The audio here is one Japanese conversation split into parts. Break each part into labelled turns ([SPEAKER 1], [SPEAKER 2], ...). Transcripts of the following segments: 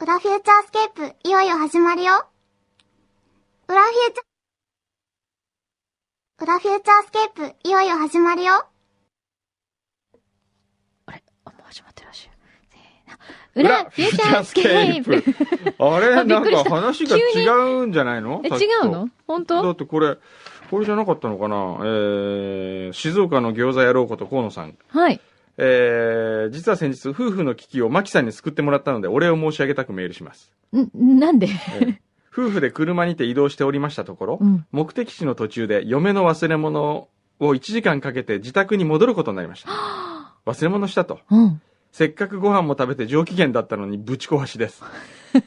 [SPEAKER 1] 裏フューチャースケープ、いよいよ始まるよ。裏フューチャー、裏フューチャースケープ、いよいよ始まるよ。
[SPEAKER 2] あれあもう始まってらっしゃる。せーの。裏、フューチャースケープ。
[SPEAKER 3] あれ
[SPEAKER 2] あび
[SPEAKER 3] な
[SPEAKER 2] っ
[SPEAKER 3] ん
[SPEAKER 2] くりし
[SPEAKER 3] か
[SPEAKER 2] た
[SPEAKER 3] 話が違うんじゃないの
[SPEAKER 2] え、
[SPEAKER 3] さっきと
[SPEAKER 2] 違うの本
[SPEAKER 3] だ
[SPEAKER 2] 当
[SPEAKER 3] ってこれ、これじゃなかったのかなえー、静岡の餃子野郎こと河野さん。
[SPEAKER 2] はい。
[SPEAKER 3] えー、実は先日、夫婦の危機をマキさんに救ってもらったので、お礼を申し上げたくメールします。
[SPEAKER 2] ん、なんで
[SPEAKER 3] えー夫婦で車にて移動しておりましたところ、
[SPEAKER 2] うん。
[SPEAKER 3] 目的地の途中で嫁の忘れ物を1時間かけて自宅に戻ることになりました。忘れ物したと。
[SPEAKER 2] うん。
[SPEAKER 3] せっかくご飯も食べて上機嫌だったのにぶち壊しです。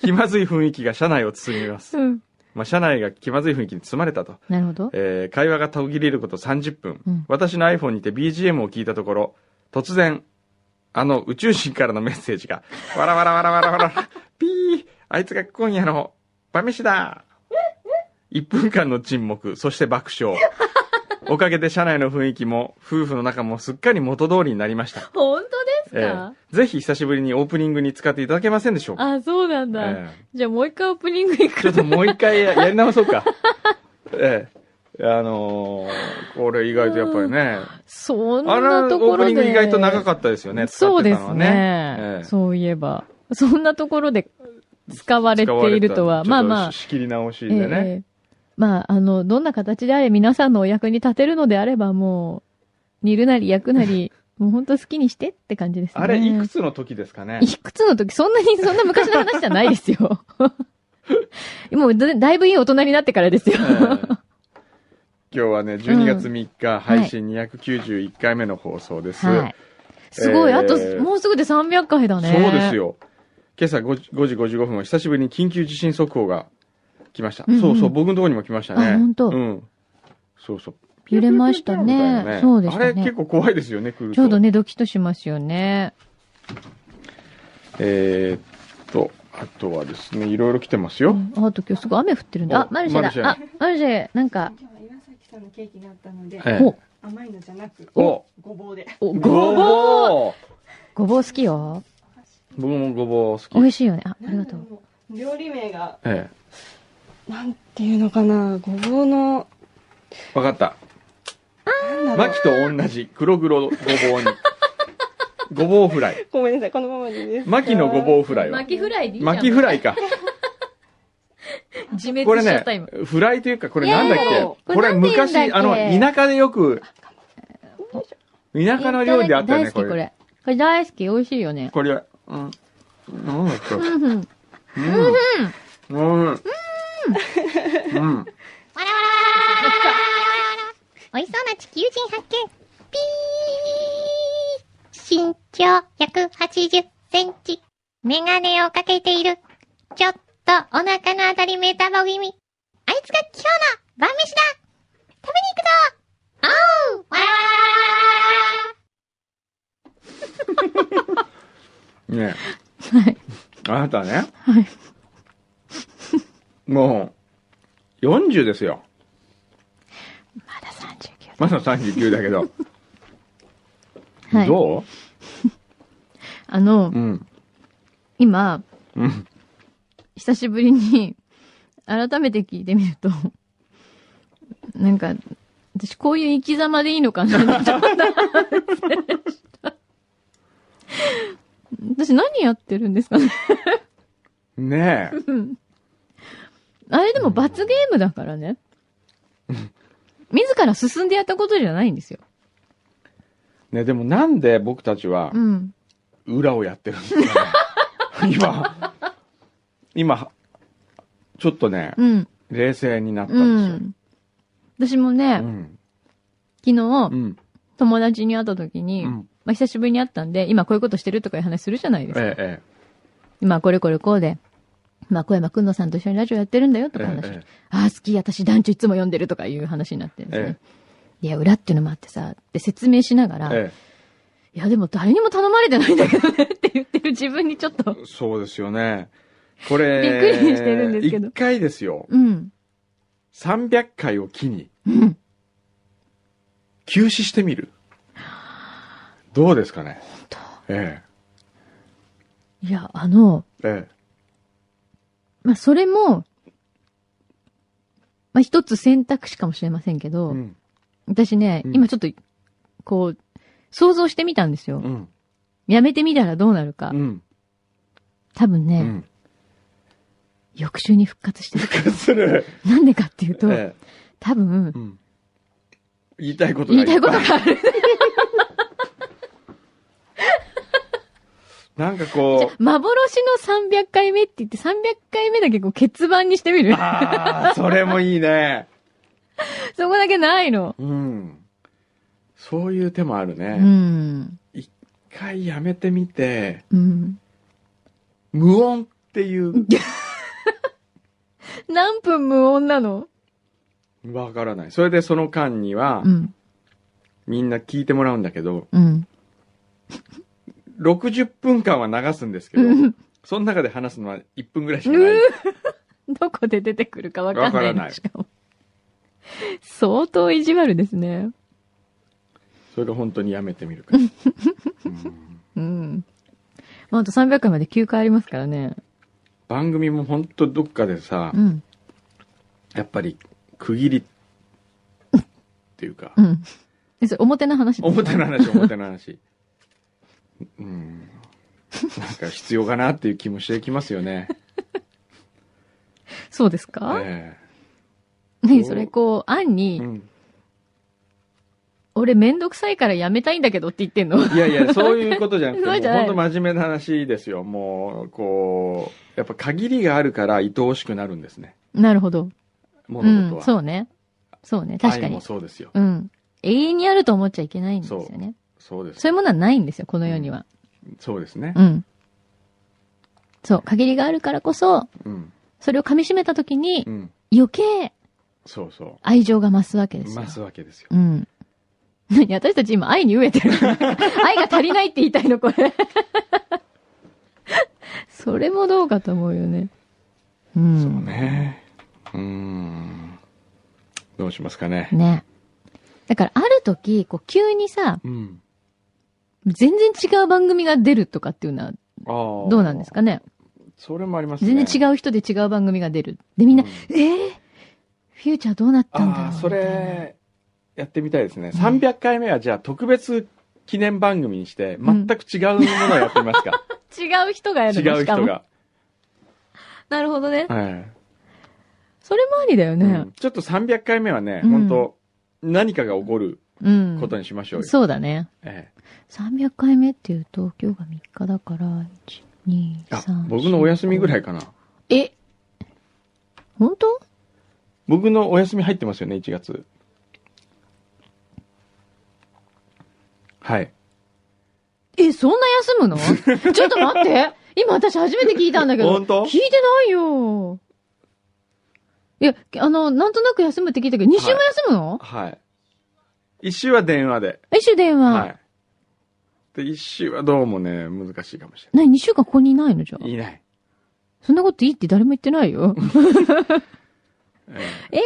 [SPEAKER 3] 気まずい雰囲気が車内を包みます。
[SPEAKER 2] うん。
[SPEAKER 3] まあ、車内が気まずい雰囲気に包まれたと。
[SPEAKER 2] なるほど。
[SPEAKER 3] えー会話が途切れること30分、
[SPEAKER 2] うん
[SPEAKER 3] 私の iPhone にて BGM を聞いたところ突然あの宇宙人からのメッセージが「わらわらわらわらわら ピーあいつが今夜の晩飯だ!」1分間の沈黙そして爆笑おかげで車内の雰囲気も夫婦の仲もすっかり元通りになりました、
[SPEAKER 2] 本当です
[SPEAKER 3] え
[SPEAKER 2] か、
[SPEAKER 3] ーぜひ久しぶりにオープニングに使っていただけませんでしょうか、
[SPEAKER 2] あ、そうなんだ。
[SPEAKER 3] えー
[SPEAKER 2] じゃあもう一回オープニング行
[SPEAKER 3] ちょ
[SPEAKER 2] く。
[SPEAKER 3] っともう一回 ややり直そうか。ええ。あのーこれ意外とやっぱりね。
[SPEAKER 2] そん
[SPEAKER 3] あ
[SPEAKER 2] な
[SPEAKER 3] ら、
[SPEAKER 2] と
[SPEAKER 3] オ
[SPEAKER 2] こ
[SPEAKER 3] ープ
[SPEAKER 2] ろで。
[SPEAKER 3] ニング意外と長かったですよね。
[SPEAKER 2] そうで
[SPEAKER 3] 使っ
[SPEAKER 2] す
[SPEAKER 3] てたのは
[SPEAKER 2] ね
[SPEAKER 3] ええ
[SPEAKER 2] そういえば。そんなところで使われているとは。
[SPEAKER 3] 使わ
[SPEAKER 2] まあまあ
[SPEAKER 3] れたちょっと。仕切り直し
[SPEAKER 2] え
[SPEAKER 3] で
[SPEAKER 2] え
[SPEAKER 3] ね。
[SPEAKER 2] ええまあ、あの、どんな形であれ皆さんのお役に立てるのであれば、もう、煮るなり焼くなり、 もう本当好きにしてって感じですね。
[SPEAKER 3] あれ、いくつの時ですかね。
[SPEAKER 2] いくつの時、そんなに、 そんな昔の話じゃないですよ。 もうだ、だいぶいい大人になってからですよ。
[SPEAKER 3] ええ今日はね、12月3日、
[SPEAKER 2] い
[SPEAKER 3] 配信291回目の放送です。
[SPEAKER 2] はい。すごい、
[SPEAKER 3] ええ
[SPEAKER 2] あと、もうすぐで300回だ
[SPEAKER 3] そう
[SPEAKER 2] ね。
[SPEAKER 3] です。よ。今朝 5, 時55分は久しぶりに緊急地震速報が来ました。
[SPEAKER 2] うんうん
[SPEAKER 3] そうそう、僕のところにも来ましたね。
[SPEAKER 2] あ本当
[SPEAKER 3] うん。そうそう。
[SPEAKER 2] 揺れましたね
[SPEAKER 3] ピューピューピューみたいな
[SPEAKER 2] そうでしたね
[SPEAKER 3] あれ結構怖いですよね、来ると。
[SPEAKER 2] ちょうどね、ドキッとしますよね。
[SPEAKER 3] えーっと、あとはですね、いろいろ来てますよ。
[SPEAKER 2] ああと今日すごい雨降ってるんだ。あ、
[SPEAKER 3] お
[SPEAKER 2] マルシェ
[SPEAKER 3] マルシェ
[SPEAKER 2] だ。あ、マルシェ、なんか、
[SPEAKER 4] 今日は岩崎さんのケーキがあったので、
[SPEAKER 3] え
[SPEAKER 2] お
[SPEAKER 4] 甘いのじゃなく
[SPEAKER 3] お
[SPEAKER 4] ごぼうで
[SPEAKER 2] おご
[SPEAKER 3] ご
[SPEAKER 2] ぼう
[SPEAKER 3] ぼ
[SPEAKER 2] ごぼう好きよ。
[SPEAKER 3] う僕もごぼう好
[SPEAKER 2] 美
[SPEAKER 3] き。
[SPEAKER 2] 味しいよね。あ、ありがとう。
[SPEAKER 4] う料理名が
[SPEAKER 3] え
[SPEAKER 4] なんていうのかなごぼうの
[SPEAKER 3] え。わかった。
[SPEAKER 4] なんだ
[SPEAKER 3] マ
[SPEAKER 4] ろう
[SPEAKER 3] キと同じ黒黒ごぼうに。ごぼうフライ。
[SPEAKER 4] ごめんなさいこのままでいいです
[SPEAKER 3] マキのごぼうフライは。
[SPEAKER 2] 巻きフライでいいじゃん。
[SPEAKER 3] マキフライか。
[SPEAKER 2] 自滅
[SPEAKER 3] これ
[SPEAKER 2] しちゃっ
[SPEAKER 3] ね
[SPEAKER 2] た今。、
[SPEAKER 3] フライというか、これなんだっ
[SPEAKER 4] いやいやいや
[SPEAKER 3] け
[SPEAKER 2] こ
[SPEAKER 3] こ
[SPEAKER 2] れ
[SPEAKER 3] れ
[SPEAKER 2] なんて言うんだっけ
[SPEAKER 3] 昔、あの、田舎でよく、田舎の料理であったよね、
[SPEAKER 2] 大好
[SPEAKER 3] こ
[SPEAKER 2] きこ
[SPEAKER 3] れ。
[SPEAKER 2] れ。これ大好き、美味しいよね。
[SPEAKER 3] これ、うん。なんだっけ
[SPEAKER 2] うんうん。
[SPEAKER 3] うん。うん。うん。
[SPEAKER 1] わらわらわらわらわらわら。美味しそうな地球人発見。ピー身長180センチ。メガネをかけている。ちょっとお腹のあたりメタボ気味。あいつが今日の晩飯だ食べに行くぞおうわらわらわ
[SPEAKER 3] ね
[SPEAKER 2] はい。
[SPEAKER 3] えあなたね、
[SPEAKER 2] はい。
[SPEAKER 3] もう、40ですよ。
[SPEAKER 2] まだ39
[SPEAKER 3] まだ39だけど。
[SPEAKER 2] はい
[SPEAKER 3] ど
[SPEAKER 2] あの、
[SPEAKER 3] ううん。
[SPEAKER 2] 今、
[SPEAKER 3] うん。
[SPEAKER 2] 久しぶりに、改めて聞いてみると、なんか、私こういう生き様でいいのかなってちょっと思った私何やってるんですかね
[SPEAKER 3] ねえ。
[SPEAKER 2] うんあれでも罰ゲームだから ね。自ら進んでやったことじゃないんですよ。
[SPEAKER 3] ねでもなんで僕たちは
[SPEAKER 2] う、ん。
[SPEAKER 3] 裏をやってるんですかね 今、今、ちょっとね、
[SPEAKER 2] うん。
[SPEAKER 3] 冷静になった
[SPEAKER 2] うん
[SPEAKER 3] です
[SPEAKER 2] ん。私
[SPEAKER 3] よ。
[SPEAKER 2] もね、
[SPEAKER 3] うん。
[SPEAKER 2] 昨日、
[SPEAKER 3] うん。
[SPEAKER 2] 友達に会った時に、
[SPEAKER 3] うん
[SPEAKER 2] まあ久しぶりに会ったんで、今こういうことしてるとかいう話するじゃないですか。
[SPEAKER 3] ええ、
[SPEAKER 2] 今これこれこうで、今小山くんのさんと一緒にラジオやってるんだよと
[SPEAKER 3] え
[SPEAKER 2] か話し
[SPEAKER 3] え
[SPEAKER 2] て、
[SPEAKER 3] ええ。
[SPEAKER 2] ああ、好き、私団長いつも読んでるとかいう話になってるんですね。いや、裏っていうのもあってさ、で説明しながら、
[SPEAKER 3] え
[SPEAKER 2] いや、でも誰にも頼まれてないんだけどねって言ってる自分にちょっと、
[SPEAKER 3] え、そうですよね。これ、
[SPEAKER 2] びっくりしてるんですけど
[SPEAKER 3] 1回ですよ。
[SPEAKER 2] うん。
[SPEAKER 3] 300回を機に、
[SPEAKER 2] うん。
[SPEAKER 3] 休止してみる。どうですかね。え
[SPEAKER 2] いや、あの、
[SPEAKER 3] え、え
[SPEAKER 2] まあ、それも、まあ、一つ選択肢かもしれませんけど、
[SPEAKER 3] うん。
[SPEAKER 2] 私ね、
[SPEAKER 3] うん
[SPEAKER 2] 今ちょっと、こう、想像してみたんですよ。
[SPEAKER 3] うん。
[SPEAKER 2] やめてみたらどうなるか。
[SPEAKER 3] うん。
[SPEAKER 2] 多分ね、
[SPEAKER 3] うん。
[SPEAKER 2] 翌週に復活してる。
[SPEAKER 3] する。
[SPEAKER 2] なんでかっていうと、
[SPEAKER 3] ええ
[SPEAKER 2] 多分
[SPEAKER 3] う、ん。言いたいこと
[SPEAKER 2] 言
[SPEAKER 3] が
[SPEAKER 2] いたいこと
[SPEAKER 3] ぱ
[SPEAKER 2] がある。
[SPEAKER 3] なんかこう、
[SPEAKER 2] 幻の300回目って言って、300回目だけこう、結番にしてみる。
[SPEAKER 3] ああ、それもいい ね。
[SPEAKER 2] そこだけないの。
[SPEAKER 3] うん。そういう手もある
[SPEAKER 2] う
[SPEAKER 3] ね。
[SPEAKER 2] ん。
[SPEAKER 3] 一回やめてみて、
[SPEAKER 2] うん。
[SPEAKER 3] 無音っていう、
[SPEAKER 2] 何分無音なの
[SPEAKER 3] わからない。それでその間には
[SPEAKER 2] う、ん。
[SPEAKER 3] みんな聞いてもらうんだけど、
[SPEAKER 2] うん。
[SPEAKER 3] 60分間は流すんですけど、
[SPEAKER 2] うん
[SPEAKER 3] その中で話すのは1分ぐらいしか
[SPEAKER 2] う
[SPEAKER 3] ない。
[SPEAKER 2] ーどこで出てくるかわかんない
[SPEAKER 3] わからない
[SPEAKER 2] しかも。相当意地悪ですね。
[SPEAKER 3] それで本当にやめてみるから。うん
[SPEAKER 2] うん。まあ、あと300回まで9回ありますからね。
[SPEAKER 3] 番組も本当どっかでさ
[SPEAKER 2] う、ん。
[SPEAKER 3] やっぱり区切りっていうか
[SPEAKER 2] う、ん。え、それ表の話ですか
[SPEAKER 3] 表の話、表の話。うん。なんか必要かなっていう気もしてきますよね。
[SPEAKER 2] そうですか、
[SPEAKER 3] え
[SPEAKER 2] 何それ、こう、案
[SPEAKER 3] え
[SPEAKER 2] に、
[SPEAKER 3] うん
[SPEAKER 2] 俺めんどくさいからやめたいんだけどって言ってんの
[SPEAKER 3] いやいや、そういうことじゃなくて、
[SPEAKER 2] そうじゃ
[SPEAKER 3] も
[SPEAKER 2] な
[SPEAKER 3] う
[SPEAKER 2] い
[SPEAKER 3] 本当真面目な話ですよ。もう、こう、やっぱ限りがあるから愛おしくなるんですね。
[SPEAKER 2] なるほど。う
[SPEAKER 3] 物事
[SPEAKER 2] ん、
[SPEAKER 3] は。
[SPEAKER 2] そうね。そうね、確か
[SPEAKER 3] 愛も
[SPEAKER 2] に。
[SPEAKER 3] そうですよ。
[SPEAKER 2] うん。永遠にあると思っちゃいけないんですよね。
[SPEAKER 3] そうです
[SPEAKER 2] そういうものはないんですよ、この世には。
[SPEAKER 3] そうですね
[SPEAKER 2] う。ん。そう、限りがあるからこそ、
[SPEAKER 3] うん。
[SPEAKER 2] それを噛み締めた時に
[SPEAKER 3] う、ん。
[SPEAKER 2] 余計
[SPEAKER 3] そうそ
[SPEAKER 2] 愛情が増すわけ
[SPEAKER 3] う
[SPEAKER 2] で。すよ
[SPEAKER 3] 増。すわけですよ。
[SPEAKER 2] うん。何私たち今愛に飢えて る。愛が足りないって言いたいの、これ。それもどうかと思うよね。うん。
[SPEAKER 3] ねうーん。どうしますかね。
[SPEAKER 2] ね。だから、ある時、こう、急にさ、
[SPEAKER 3] うん。
[SPEAKER 2] 全然違う番組が出るとかっていうのは、
[SPEAKER 3] あ
[SPEAKER 2] ど
[SPEAKER 3] あ。
[SPEAKER 2] うなんですかね
[SPEAKER 3] それもありますね。
[SPEAKER 2] 全然違う人で違う番組が出る。で、みんな、
[SPEAKER 3] うん
[SPEAKER 2] えー、フューチャーどうなったんだろう
[SPEAKER 3] ああ、
[SPEAKER 2] みたいな
[SPEAKER 3] それ、やってみたいですね。300回目はじゃあ特別記念番組にして、
[SPEAKER 2] うん
[SPEAKER 3] 全く違うものをやってみますか。
[SPEAKER 2] 違う 人がやる
[SPEAKER 3] 違
[SPEAKER 2] の
[SPEAKER 3] う
[SPEAKER 2] しか
[SPEAKER 3] 人
[SPEAKER 2] も。
[SPEAKER 3] が。
[SPEAKER 2] なるほどね。
[SPEAKER 3] はい。
[SPEAKER 2] それもありだよ
[SPEAKER 3] う
[SPEAKER 2] ね
[SPEAKER 3] ん。ちょっと300回目はね、
[SPEAKER 2] うん
[SPEAKER 3] 本当何かが起こる
[SPEAKER 2] うん。
[SPEAKER 3] ことにしましょうよ。
[SPEAKER 2] そうだね。
[SPEAKER 3] ええ
[SPEAKER 2] 300回目っていうと、今日が3日だから、1、2、
[SPEAKER 3] あ
[SPEAKER 2] 3。、
[SPEAKER 3] 僕のお休みぐら
[SPEAKER 2] い。
[SPEAKER 3] いかな。
[SPEAKER 2] え本当
[SPEAKER 3] 僕のお休み入ってますよね、1月。はい。
[SPEAKER 2] え、そんな休 むのちょっと待って今私初めて聞いたんだけど。
[SPEAKER 3] 本当
[SPEAKER 2] 聞いてないよ。いや、あの、なんとなく休むって聞いたけど、2週も休むの、
[SPEAKER 3] はい。一周は電話で。
[SPEAKER 2] 一週電話。
[SPEAKER 3] はい。で、一周はどうもね、難しいかもしれ
[SPEAKER 2] 何、2週間ここにいないのじゃあ
[SPEAKER 3] ない。いない。
[SPEAKER 2] そんなこといいって誰も言ってないよ。ええ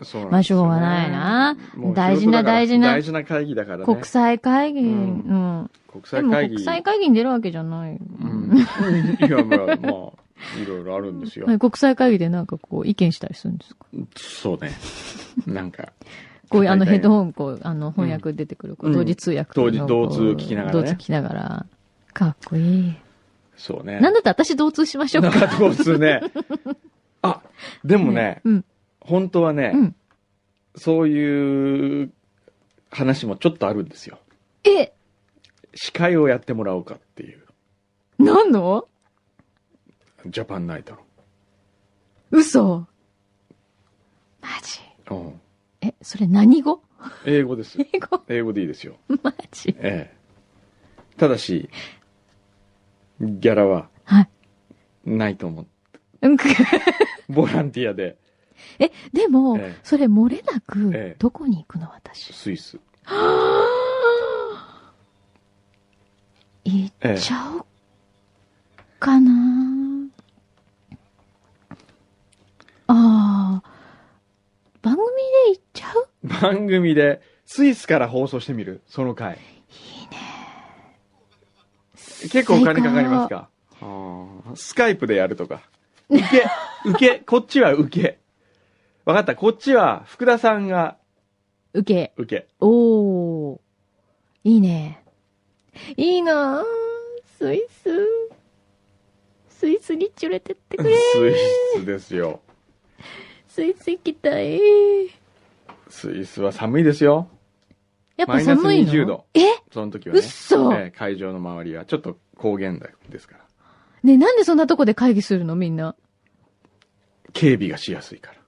[SPEAKER 3] えそうなんですよね
[SPEAKER 2] まあしょうがないな
[SPEAKER 3] もう
[SPEAKER 2] 大事な
[SPEAKER 3] 仕事だから
[SPEAKER 2] 大事な
[SPEAKER 3] 大事な会議だからね。
[SPEAKER 2] 国際会議、う
[SPEAKER 3] うん
[SPEAKER 2] ん。
[SPEAKER 3] 国
[SPEAKER 2] で
[SPEAKER 3] 際
[SPEAKER 2] も
[SPEAKER 3] 会議。
[SPEAKER 2] 国際会議に出るわけじゃない。
[SPEAKER 3] うん。いや、まあ、まあ、いろいろあるんですよ
[SPEAKER 2] は。い国際会議でなんかこう意見したりするんですか
[SPEAKER 3] そうね。なんか、
[SPEAKER 2] こういうあの
[SPEAKER 3] 大体
[SPEAKER 2] ヘッドホンこう、あの翻訳出てくる、こう
[SPEAKER 3] うん
[SPEAKER 2] 同時通訳の
[SPEAKER 3] 同時同通
[SPEAKER 2] こう
[SPEAKER 3] 聞きながらね
[SPEAKER 2] 同通聞きながら。かっこいい。
[SPEAKER 3] そうね。
[SPEAKER 2] なんだって私同通しましょう
[SPEAKER 3] なん
[SPEAKER 2] か。
[SPEAKER 3] かどうするね。あ、でもね、
[SPEAKER 2] うん。
[SPEAKER 3] 本当はね、
[SPEAKER 2] うん
[SPEAKER 3] そういう話もちょっとあるんですよ。
[SPEAKER 2] え、
[SPEAKER 3] 司会をやってもらおうかっていう。
[SPEAKER 2] なんの
[SPEAKER 3] ジャパンナイト
[SPEAKER 2] 嘘マジ
[SPEAKER 3] の。うん。
[SPEAKER 2] え、それ何語
[SPEAKER 3] 英語です。
[SPEAKER 2] 英語
[SPEAKER 3] 英語でいいですよ。
[SPEAKER 2] マジ
[SPEAKER 3] ええ。ただし、ギャラは
[SPEAKER 2] はい。
[SPEAKER 3] ないと思う。
[SPEAKER 2] うん
[SPEAKER 3] ボランティアで、
[SPEAKER 2] え、でも、
[SPEAKER 3] ええ
[SPEAKER 2] それ漏れなく、
[SPEAKER 3] ええ
[SPEAKER 2] どこに行くの私。
[SPEAKER 3] スイス。
[SPEAKER 2] 行
[SPEAKER 3] ええ
[SPEAKER 2] っちゃおうかな、ああ、番組で行っちゃう
[SPEAKER 3] 番組で、スイスから放送してみるその回。いいね。結構お金かかりますかあースカイプでやるとか。受け、受け、こっちは受け。わかった、こっちは福田さんが
[SPEAKER 2] 受け。
[SPEAKER 3] 受け。
[SPEAKER 2] おー。いいね。いいなぁ。スイス。スイスに連れてってくれ。
[SPEAKER 3] スイスですよ。
[SPEAKER 2] スイス行きたい。
[SPEAKER 3] スイスは寒いですよ。
[SPEAKER 2] やっぱ
[SPEAKER 3] マイナス
[SPEAKER 2] 寒いの
[SPEAKER 3] 20度。
[SPEAKER 2] え
[SPEAKER 3] その時はね。
[SPEAKER 2] 嘘、
[SPEAKER 3] えー会場の周りはちょっと高原だですから。
[SPEAKER 2] ねなんでそんなとこで会議するのみんな。
[SPEAKER 3] 警備がしやすいから。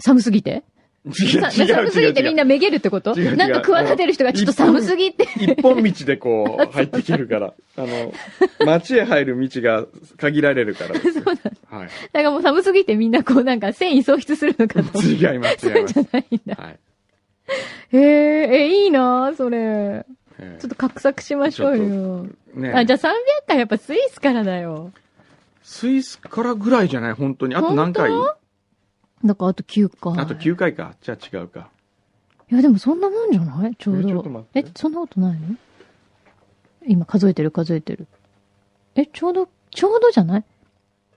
[SPEAKER 2] 寒すぎて
[SPEAKER 3] 違
[SPEAKER 2] さ寒すぎてみんなめげるってこと
[SPEAKER 3] 違う違う
[SPEAKER 2] なんか企てる人がちょっと寒すぎて。
[SPEAKER 3] 一本道でこう入ってきてるから、あの、街へ入る道が限られるからですよ。はい。
[SPEAKER 2] なんかもう寒すぎてみんなこうなんか繊維喪失するのか と思う。
[SPEAKER 3] 違います、
[SPEAKER 2] そう
[SPEAKER 3] 違いま
[SPEAKER 2] じゃ
[SPEAKER 3] す。
[SPEAKER 2] ないんだ。
[SPEAKER 3] はい。
[SPEAKER 2] へえ、え、いいなぁ、それ。
[SPEAKER 3] えー
[SPEAKER 2] ちょっと画策しましょう
[SPEAKER 3] ち
[SPEAKER 2] よ。
[SPEAKER 3] ね
[SPEAKER 2] あ、じゃあ300回やっぱスイスからだよ。
[SPEAKER 3] スイスからぐらいじゃない本当に。あと何回
[SPEAKER 2] 本だからあと9回。
[SPEAKER 3] あと9回か。じゃあ違うか。
[SPEAKER 2] いや、でもそんなもんじゃないちょう
[SPEAKER 3] えちょっと待
[SPEAKER 2] ど
[SPEAKER 3] っ。て
[SPEAKER 2] え、そんなことないの今数えてる数えてる。え、ちょうど、ちょうどじゃない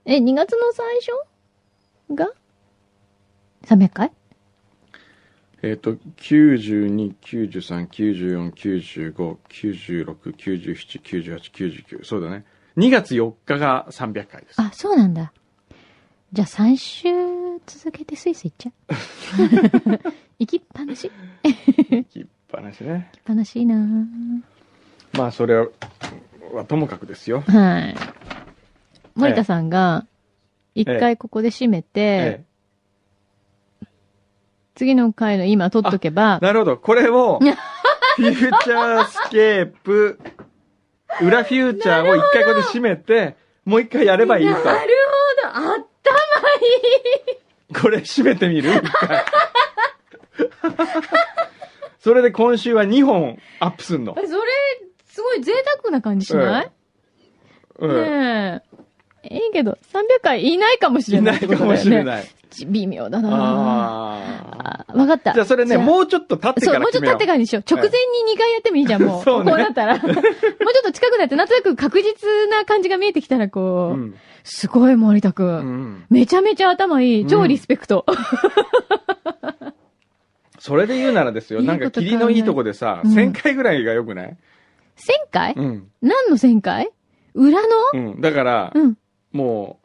[SPEAKER 2] え、2月の最初が ?300 回
[SPEAKER 3] えっ、と、92、93、94、95、96、97、98、99。そうだね。2月4日が300回です。
[SPEAKER 2] あ、そうなんだ。じゃあ3週続けてスイス行っちゃう 行きっぱなし行き
[SPEAKER 3] 行きっぱなしね。
[SPEAKER 2] っぱなしいいなぁ
[SPEAKER 3] まあ、それははともかくですよ。
[SPEAKER 2] はい。森田さんが、一回ここで締めて、
[SPEAKER 3] え
[SPEAKER 2] 次の回の今撮っとけば
[SPEAKER 3] え、なるほど。こ れを、フューチャースケープ、裏フューチャーを一回ここで締めて、もう一回やればいいと。
[SPEAKER 2] なるほど、あった
[SPEAKER 3] これ締めてみる一回それで今週は2本アップすんの
[SPEAKER 2] ま。い。それ、すごい贅沢な感じしない、
[SPEAKER 3] うん
[SPEAKER 2] ねえ。いいけど、300回いないかもしれ
[SPEAKER 3] い
[SPEAKER 2] ない
[SPEAKER 3] な
[SPEAKER 2] っ
[SPEAKER 3] い
[SPEAKER 2] て
[SPEAKER 3] か
[SPEAKER 2] ことだよ
[SPEAKER 3] も
[SPEAKER 2] ね。
[SPEAKER 3] しれない。
[SPEAKER 2] ち微妙だな
[SPEAKER 3] あ
[SPEAKER 2] あわかった。
[SPEAKER 3] あ。じゃあそれね、
[SPEAKER 2] じゃあ
[SPEAKER 3] もうちょっと経ってか
[SPEAKER 2] そう、
[SPEAKER 3] ら
[SPEAKER 2] もうちょ
[SPEAKER 3] 決
[SPEAKER 2] っと経っ
[SPEAKER 3] めよう。
[SPEAKER 2] てからにしよう。直前に2回やってもいいじゃん、もう。
[SPEAKER 3] そうね
[SPEAKER 2] こうなったら。もうちょっと近くなって、なんとなく確実な感じが見えてきたら、こう、すごい森田く。
[SPEAKER 3] うんん。
[SPEAKER 2] めちゃめちゃ頭いい。超リスペクト。
[SPEAKER 3] それで言うならですよ、
[SPEAKER 2] いいこ
[SPEAKER 3] な
[SPEAKER 2] と
[SPEAKER 3] んか霧のいいとこでさ、
[SPEAKER 2] 考え
[SPEAKER 3] 1000回ぐらいが良くない
[SPEAKER 2] 1000回
[SPEAKER 3] うん。
[SPEAKER 2] 何の1000回裏の
[SPEAKER 3] うん。だから
[SPEAKER 2] う、ん。
[SPEAKER 3] も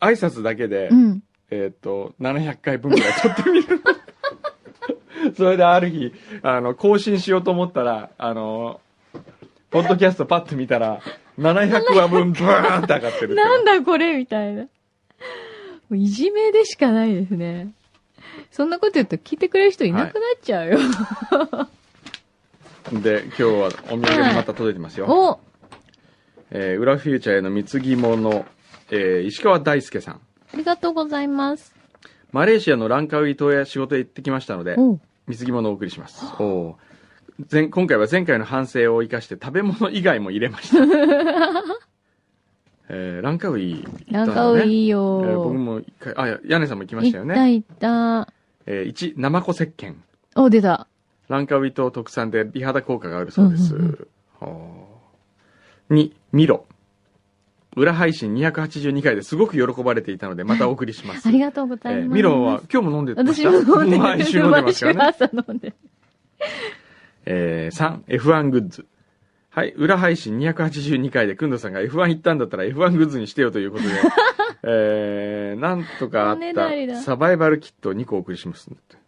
[SPEAKER 3] う、挨拶だけで
[SPEAKER 2] う、ん。
[SPEAKER 3] えっと、700回分ぐらい撮ってみる。 それである日、あの、更新しようと思ったら、あの、ポッドキャストパッと見たら、700話分ブーンって上がってるっていう。
[SPEAKER 2] なんだこれみたいな。もういじめでしかないですね。そんなこと言うと聞いてくれる人いなくなっちゃうよ。
[SPEAKER 3] で、今日はお土産もまた届いてますよ。
[SPEAKER 2] お
[SPEAKER 3] えー、裏フューチャーへの貢ぎ物、えー、石川大輔さん。
[SPEAKER 2] ありがとうございます。
[SPEAKER 3] マレーシアのランカウイ島へ仕事へ行ってきましたので、
[SPEAKER 2] お
[SPEAKER 3] 貢ぎ物をお送りします。おー前今回は前回の反省を生かして食べ物以外も入れ ました。えー、ランカウイ行っ
[SPEAKER 2] な
[SPEAKER 3] たのね。
[SPEAKER 2] んかいい
[SPEAKER 3] えー
[SPEAKER 2] よ。
[SPEAKER 3] 僕も一回、あ、や屋根さんも行きましたよ
[SPEAKER 2] 行った
[SPEAKER 3] ね。
[SPEAKER 2] 行った。
[SPEAKER 3] えー、1、ナマコ石鹸。
[SPEAKER 2] お、出た。
[SPEAKER 3] ランカウイ島特産で美肌効果があるそうです。
[SPEAKER 2] うんうん
[SPEAKER 3] はあ2、ミロ。裏配信282回ですごく喜ばれていたので、またお送りしま す。
[SPEAKER 2] ありがとうござい
[SPEAKER 3] えー
[SPEAKER 2] ます。
[SPEAKER 3] ミロは今日も飲んでまし
[SPEAKER 2] 私
[SPEAKER 3] た
[SPEAKER 2] も飲んでる。
[SPEAKER 3] 毎週飲んでますからね。
[SPEAKER 2] 毎週朝飲んでる。
[SPEAKER 3] えー、3、F1 グッズ。はい、裏配信282回で、くんどさんが F1 行ったんだったら F1 グッズにしてよとい うことで、えー、なんとかあっ
[SPEAKER 2] おねだりだ
[SPEAKER 3] たサバイバルキットを2個お送りしますんだって。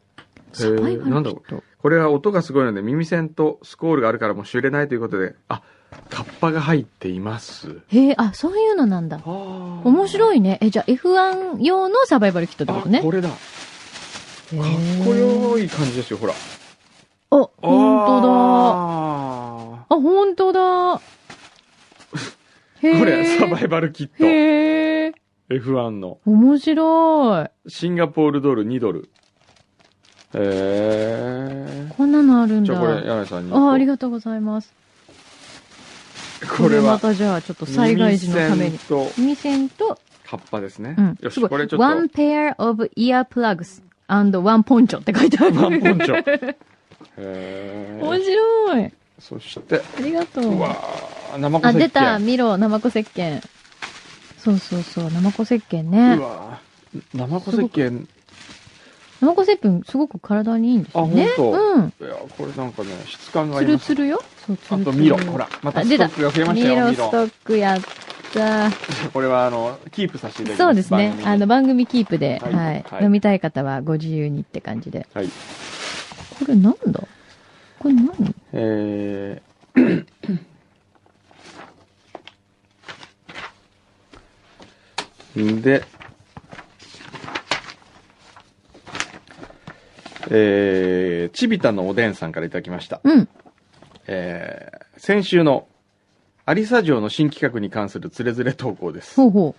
[SPEAKER 2] サバイバルキット
[SPEAKER 3] えーなんだろうこれは音がすごいので耳栓とスコールがあるからもう知れないということで、あ、カッパが入っています。
[SPEAKER 2] へえ、あ、そういうのなんだ。面
[SPEAKER 3] 面
[SPEAKER 2] 白いね。え、じゃあ F1 用のサバイバルキットってことね。
[SPEAKER 3] あ、これだ。か
[SPEAKER 2] へ
[SPEAKER 3] っ
[SPEAKER 2] え
[SPEAKER 3] こよい感じですよ、ほら。
[SPEAKER 2] あ、本当だ。
[SPEAKER 3] だ。
[SPEAKER 2] あ、本当だ。へー
[SPEAKER 3] これ、サバイバルキッ
[SPEAKER 2] へえ。
[SPEAKER 3] ト。F1 の。
[SPEAKER 2] 面白い。
[SPEAKER 3] シンガポールドル2ドル。え
[SPEAKER 2] こんなのあるん
[SPEAKER 3] ー。じゃあこれ、
[SPEAKER 2] だ。
[SPEAKER 3] 柳井さんに。
[SPEAKER 2] あ、あり
[SPEAKER 3] が
[SPEAKER 2] がとうございます。
[SPEAKER 3] これ
[SPEAKER 2] ま
[SPEAKER 3] は、
[SPEAKER 2] たじゃあちょっと災害時のために
[SPEAKER 3] 耳。栓と、
[SPEAKER 2] 耳栓と、
[SPEAKER 3] カッパですね。
[SPEAKER 2] うん。
[SPEAKER 3] よし、
[SPEAKER 2] すごい
[SPEAKER 3] これちょっと、
[SPEAKER 2] one pair of earplugs and one poncho って書いてある。
[SPEAKER 3] ワンポンチ ョ。え
[SPEAKER 2] 面
[SPEAKER 3] ー、
[SPEAKER 2] 白い。
[SPEAKER 3] そして、
[SPEAKER 2] ありがとう。
[SPEAKER 3] うわー、生子
[SPEAKER 2] あ、
[SPEAKER 3] 石鹸
[SPEAKER 2] 出た。ミロ、生子石鹸。そうそうそう、生子石鹸ね
[SPEAKER 3] う。わぁ生子石鹸
[SPEAKER 2] 生子石鹸すごく体にいいんですよね。
[SPEAKER 3] あほんと
[SPEAKER 2] うん。
[SPEAKER 3] いやこれなんかね質感が
[SPEAKER 2] ツ
[SPEAKER 3] いい
[SPEAKER 2] ル
[SPEAKER 3] ます
[SPEAKER 2] ツルよ。そう、ツ
[SPEAKER 3] あ
[SPEAKER 2] ルツル。
[SPEAKER 3] とミロほ。らまた
[SPEAKER 2] あ
[SPEAKER 3] ス
[SPEAKER 2] 出
[SPEAKER 3] ト
[SPEAKER 2] た
[SPEAKER 3] ックが増えまし
[SPEAKER 2] ミ
[SPEAKER 3] たよ
[SPEAKER 2] ロ
[SPEAKER 3] ミ
[SPEAKER 2] スト
[SPEAKER 3] ロ
[SPEAKER 2] ックやった。
[SPEAKER 3] これはあのキープさせていただきます
[SPEAKER 2] そうですね
[SPEAKER 3] 番。組
[SPEAKER 2] あの、番組キープで、
[SPEAKER 3] はい
[SPEAKER 2] はい
[SPEAKER 3] はい。
[SPEAKER 2] 飲みたい方はご自由にって感じで。
[SPEAKER 3] はい
[SPEAKER 2] これなんだこれ何
[SPEAKER 3] えー で、えー、ちびたのおでんさんからいただきました。
[SPEAKER 2] うん。
[SPEAKER 3] えー、先週のアリサ城の新企画に関するつれづれ投稿です。
[SPEAKER 2] ほうほ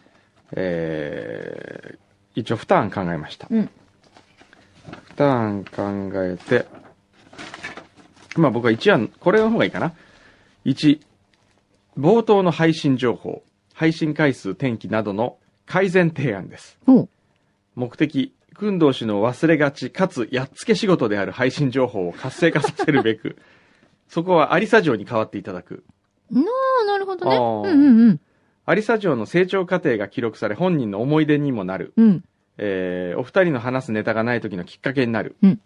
[SPEAKER 3] えー一応2ターン考えました、
[SPEAKER 2] う
[SPEAKER 3] 二
[SPEAKER 2] ん
[SPEAKER 3] 2ターン考えてまあ僕は1案これの方がいいかな1冒頭の配信情報配信回数天気などの改善提案です
[SPEAKER 2] う。ほう。
[SPEAKER 3] 目的軍道氏の忘れがちかつやっつけ仕事である配信情報を活性化させるべく そこは有沙城に代わっていただく
[SPEAKER 2] ああ、なるほどね。
[SPEAKER 3] あ
[SPEAKER 2] う
[SPEAKER 3] ー
[SPEAKER 2] んうんうん。
[SPEAKER 3] 有沙城の成長過程が記録され本人の思い出にもなる
[SPEAKER 2] うん。
[SPEAKER 3] えーお二人の話すネタがない時のきっかけになる、
[SPEAKER 2] うん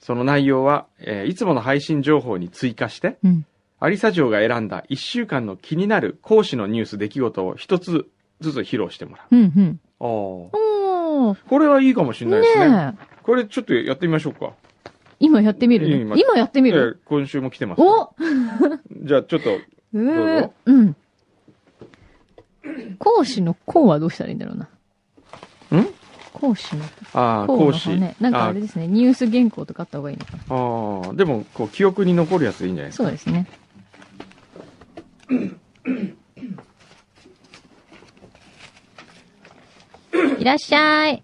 [SPEAKER 3] その内容は、えーいつもの配信情報に追加して
[SPEAKER 2] うん。
[SPEAKER 3] 有沙城が選んだ1週間の気になる講師のニュース出来事を一つずつ披露してもらう
[SPEAKER 2] うんうん。
[SPEAKER 3] こ
[SPEAKER 2] おー。
[SPEAKER 3] れはいいかもしれないですね
[SPEAKER 2] ねえ。
[SPEAKER 3] これちょっとやってみましょうか
[SPEAKER 2] 今やってみる
[SPEAKER 3] 今
[SPEAKER 2] 今やってみる
[SPEAKER 3] えー今週も来てます、
[SPEAKER 2] おう
[SPEAKER 3] じゃあちょっとう
[SPEAKER 2] ー
[SPEAKER 3] ぞ
[SPEAKER 2] うん。講師の講はどうしたらいいんだろうな。
[SPEAKER 3] ん
[SPEAKER 2] 講師の
[SPEAKER 3] ああ
[SPEAKER 2] 講
[SPEAKER 3] 講
[SPEAKER 2] の
[SPEAKER 3] 師
[SPEAKER 2] 方ね。なんかあれですね、ニュース原稿とかあった方がいいのかな。
[SPEAKER 3] あーでもこう記憶に残るやつでいいんじゃないですか
[SPEAKER 2] そうですね。いらっしゃい。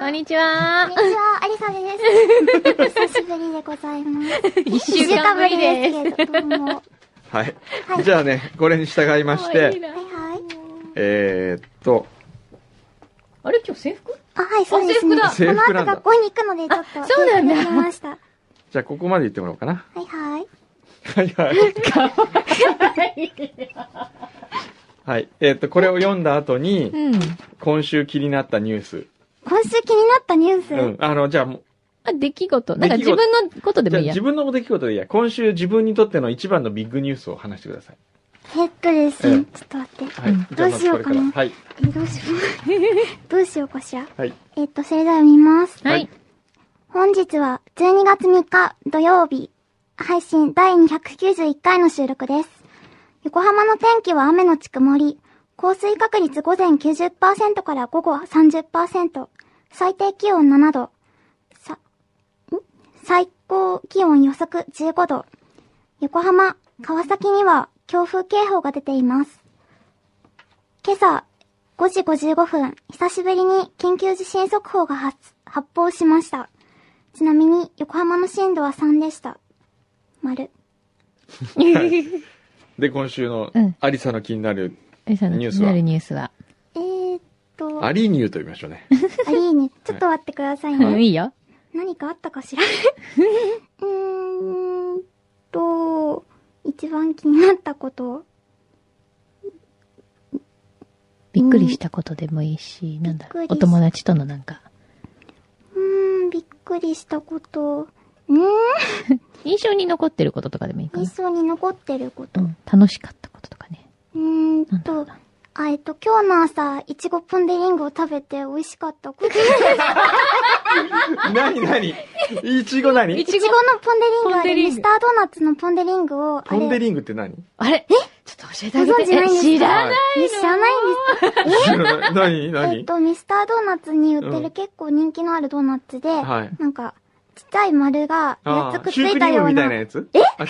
[SPEAKER 5] こんにちは。
[SPEAKER 2] こんにち
[SPEAKER 5] こ
[SPEAKER 2] は
[SPEAKER 5] んに。ちは、アリサです。久しぶりでございます。
[SPEAKER 2] 一週間ぶりです。
[SPEAKER 5] 一週間ぶりですけれども。は
[SPEAKER 3] はい、じゃあねこれに従いまして
[SPEAKER 2] 可愛いない
[SPEAKER 5] はい。
[SPEAKER 3] えーっと
[SPEAKER 2] あれ今日制服
[SPEAKER 5] あ、はい、そうですね。
[SPEAKER 2] あ
[SPEAKER 3] 制服だ
[SPEAKER 5] この後学校に行くので、ちょっと。
[SPEAKER 2] あそうなんだ
[SPEAKER 5] 行ってきました。は
[SPEAKER 3] じゃあここまで言ってもらおうかない
[SPEAKER 5] はい。
[SPEAKER 3] はいはい。 はい。えっ、と、これを読んだ後に、
[SPEAKER 2] うん。
[SPEAKER 3] 今週気になったニュース。
[SPEAKER 5] 今週気になったニュース。
[SPEAKER 3] うん。あの、じゃあもう、
[SPEAKER 2] あ、出来事。なんか
[SPEAKER 3] 出来
[SPEAKER 2] 自
[SPEAKER 3] 事
[SPEAKER 2] 分のことでも
[SPEAKER 3] じゃあ
[SPEAKER 2] いいや
[SPEAKER 3] 自。分の出来事でいいや。今週自分にとっての一番のビッグニュースを話してください。
[SPEAKER 5] えっとです
[SPEAKER 3] うん
[SPEAKER 5] ね、ちょっと待って。
[SPEAKER 3] はい。
[SPEAKER 2] うん
[SPEAKER 3] じゃあ
[SPEAKER 5] ど
[SPEAKER 3] まずこれ
[SPEAKER 5] うしようか
[SPEAKER 3] ら。
[SPEAKER 5] な
[SPEAKER 3] はい。
[SPEAKER 5] えどうしよう。どうしようかしら。
[SPEAKER 3] はい。
[SPEAKER 5] えっと、それでは見ます。
[SPEAKER 2] はい。
[SPEAKER 5] 本日は12月3日土曜日、配信第291回の収録です。横浜の天気は雨のち曇り、降水確率午前90%から午後30%、最低気温7度、さ、ん最高気温予測15度、横浜、川崎には強風警報が出ています。今朝5時55分、久しぶりに緊急地震速報が発発報しました。ちなみに、横浜の震度は3でした。丸。
[SPEAKER 3] で、今週の
[SPEAKER 2] うん、
[SPEAKER 3] アリサの気になる、
[SPEAKER 2] えさん
[SPEAKER 3] ニュー
[SPEAKER 2] の
[SPEAKER 3] ス
[SPEAKER 2] 気に
[SPEAKER 3] は
[SPEAKER 2] なるニュースは。
[SPEAKER 5] えーっと、
[SPEAKER 3] ア
[SPEAKER 5] アリ
[SPEAKER 3] リーニューと言いましょうね。
[SPEAKER 5] ーニ、ちょっと待ってくださいね。
[SPEAKER 2] うんいいよ。
[SPEAKER 5] 何かあったかしら うーんと、一番気になったこと。
[SPEAKER 2] びっくりしたことでもいいし、なんだろう
[SPEAKER 5] びっく
[SPEAKER 2] お
[SPEAKER 5] りした
[SPEAKER 2] 友達とのなんか。
[SPEAKER 5] うーん、びっくりしたこと。うーん、
[SPEAKER 2] 印象に残ってることとかでもいいかな
[SPEAKER 5] 印。象に残ってること
[SPEAKER 2] う。ん。楽しかったこととかね。
[SPEAKER 5] うーんと、あ、えっと、今日の朝、いちごポンデリングを食べて美味しかった こと。
[SPEAKER 3] 何 何いちご何
[SPEAKER 2] い
[SPEAKER 5] いちごのポンデリングはあ
[SPEAKER 2] ポンデ
[SPEAKER 5] れ、
[SPEAKER 2] リング
[SPEAKER 5] ミスタードーナツのポンデリングを、あ
[SPEAKER 3] ポンデ
[SPEAKER 5] れ、
[SPEAKER 3] リングって何
[SPEAKER 2] あれえちょっと教えてあげ
[SPEAKER 5] ご存知ないんですか
[SPEAKER 2] て。知らない。
[SPEAKER 5] え知らないんです
[SPEAKER 3] 知らない何
[SPEAKER 5] えっ
[SPEAKER 3] 何
[SPEAKER 5] と、ミスタードーナツに売って
[SPEAKER 3] うん
[SPEAKER 5] る結構人気のあるドーナツで、
[SPEAKER 3] はい。
[SPEAKER 5] なんか、ちっちゃい丸が、
[SPEAKER 3] あ
[SPEAKER 5] 8つく
[SPEAKER 3] あ、
[SPEAKER 5] っつ
[SPEAKER 3] シュー
[SPEAKER 5] い
[SPEAKER 3] クリ
[SPEAKER 5] た
[SPEAKER 3] ー
[SPEAKER 5] よ
[SPEAKER 3] ム
[SPEAKER 5] う
[SPEAKER 3] みた
[SPEAKER 5] な、
[SPEAKER 3] いな
[SPEAKER 5] はい
[SPEAKER 3] やつ
[SPEAKER 5] え
[SPEAKER 3] あ
[SPEAKER 2] 違う。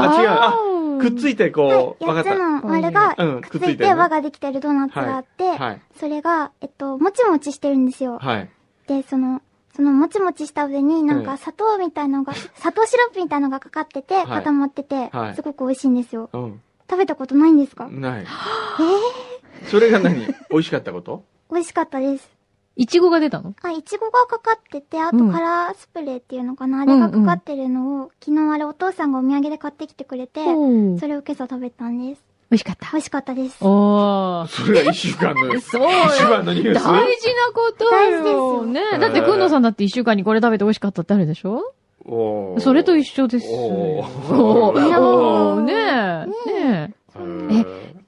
[SPEAKER 3] あ違うあくっついてこう、わ
[SPEAKER 5] 8
[SPEAKER 3] かっ
[SPEAKER 5] つ
[SPEAKER 3] た。
[SPEAKER 5] の丸が、
[SPEAKER 3] うん
[SPEAKER 5] くっつ
[SPEAKER 3] くっつい
[SPEAKER 5] い
[SPEAKER 3] て
[SPEAKER 5] て
[SPEAKER 3] るね
[SPEAKER 5] 輪ができてるドーナツがあって、
[SPEAKER 3] はい。
[SPEAKER 5] それが、えっと、もちもちしてるんですよ。
[SPEAKER 3] はい。
[SPEAKER 5] で、その、そのもちもちした上になん
[SPEAKER 3] うん
[SPEAKER 5] か砂糖みたいのが、砂糖シロップみたいのがかかって
[SPEAKER 3] い
[SPEAKER 5] て、固まってて
[SPEAKER 3] はい、
[SPEAKER 5] すごく美味しいんですよ。
[SPEAKER 3] うん。
[SPEAKER 5] 食べたことないんですか
[SPEAKER 3] ない。それが何美味しかったこと
[SPEAKER 5] 美味しかったです。
[SPEAKER 2] いちごが出たの
[SPEAKER 5] あ、いちごがかかってて、あと
[SPEAKER 2] うん
[SPEAKER 5] カラースプレーっていうのかな、あれがかかってるのを、昨日あれお父さんがお土産で買ってきてくれて、
[SPEAKER 2] おー
[SPEAKER 5] それを今朝食べたんです。
[SPEAKER 2] 美味しかった。
[SPEAKER 5] 美味しかったです。
[SPEAKER 2] おー。
[SPEAKER 3] それが一週間の、一
[SPEAKER 2] そうよ。
[SPEAKER 3] 番のニュー
[SPEAKER 2] 大
[SPEAKER 3] ス
[SPEAKER 2] 事なことよ。
[SPEAKER 5] 大事ですよ
[SPEAKER 2] ね
[SPEAKER 3] えー
[SPEAKER 2] だって、くんのさんだって一週間にこれ食べて美味しかったってあるでしょ
[SPEAKER 3] おー
[SPEAKER 2] それと一緒ですよ。
[SPEAKER 3] おー
[SPEAKER 2] お
[SPEAKER 5] いや
[SPEAKER 2] ーおー
[SPEAKER 5] ー
[SPEAKER 2] ねえ。ねえ。
[SPEAKER 3] え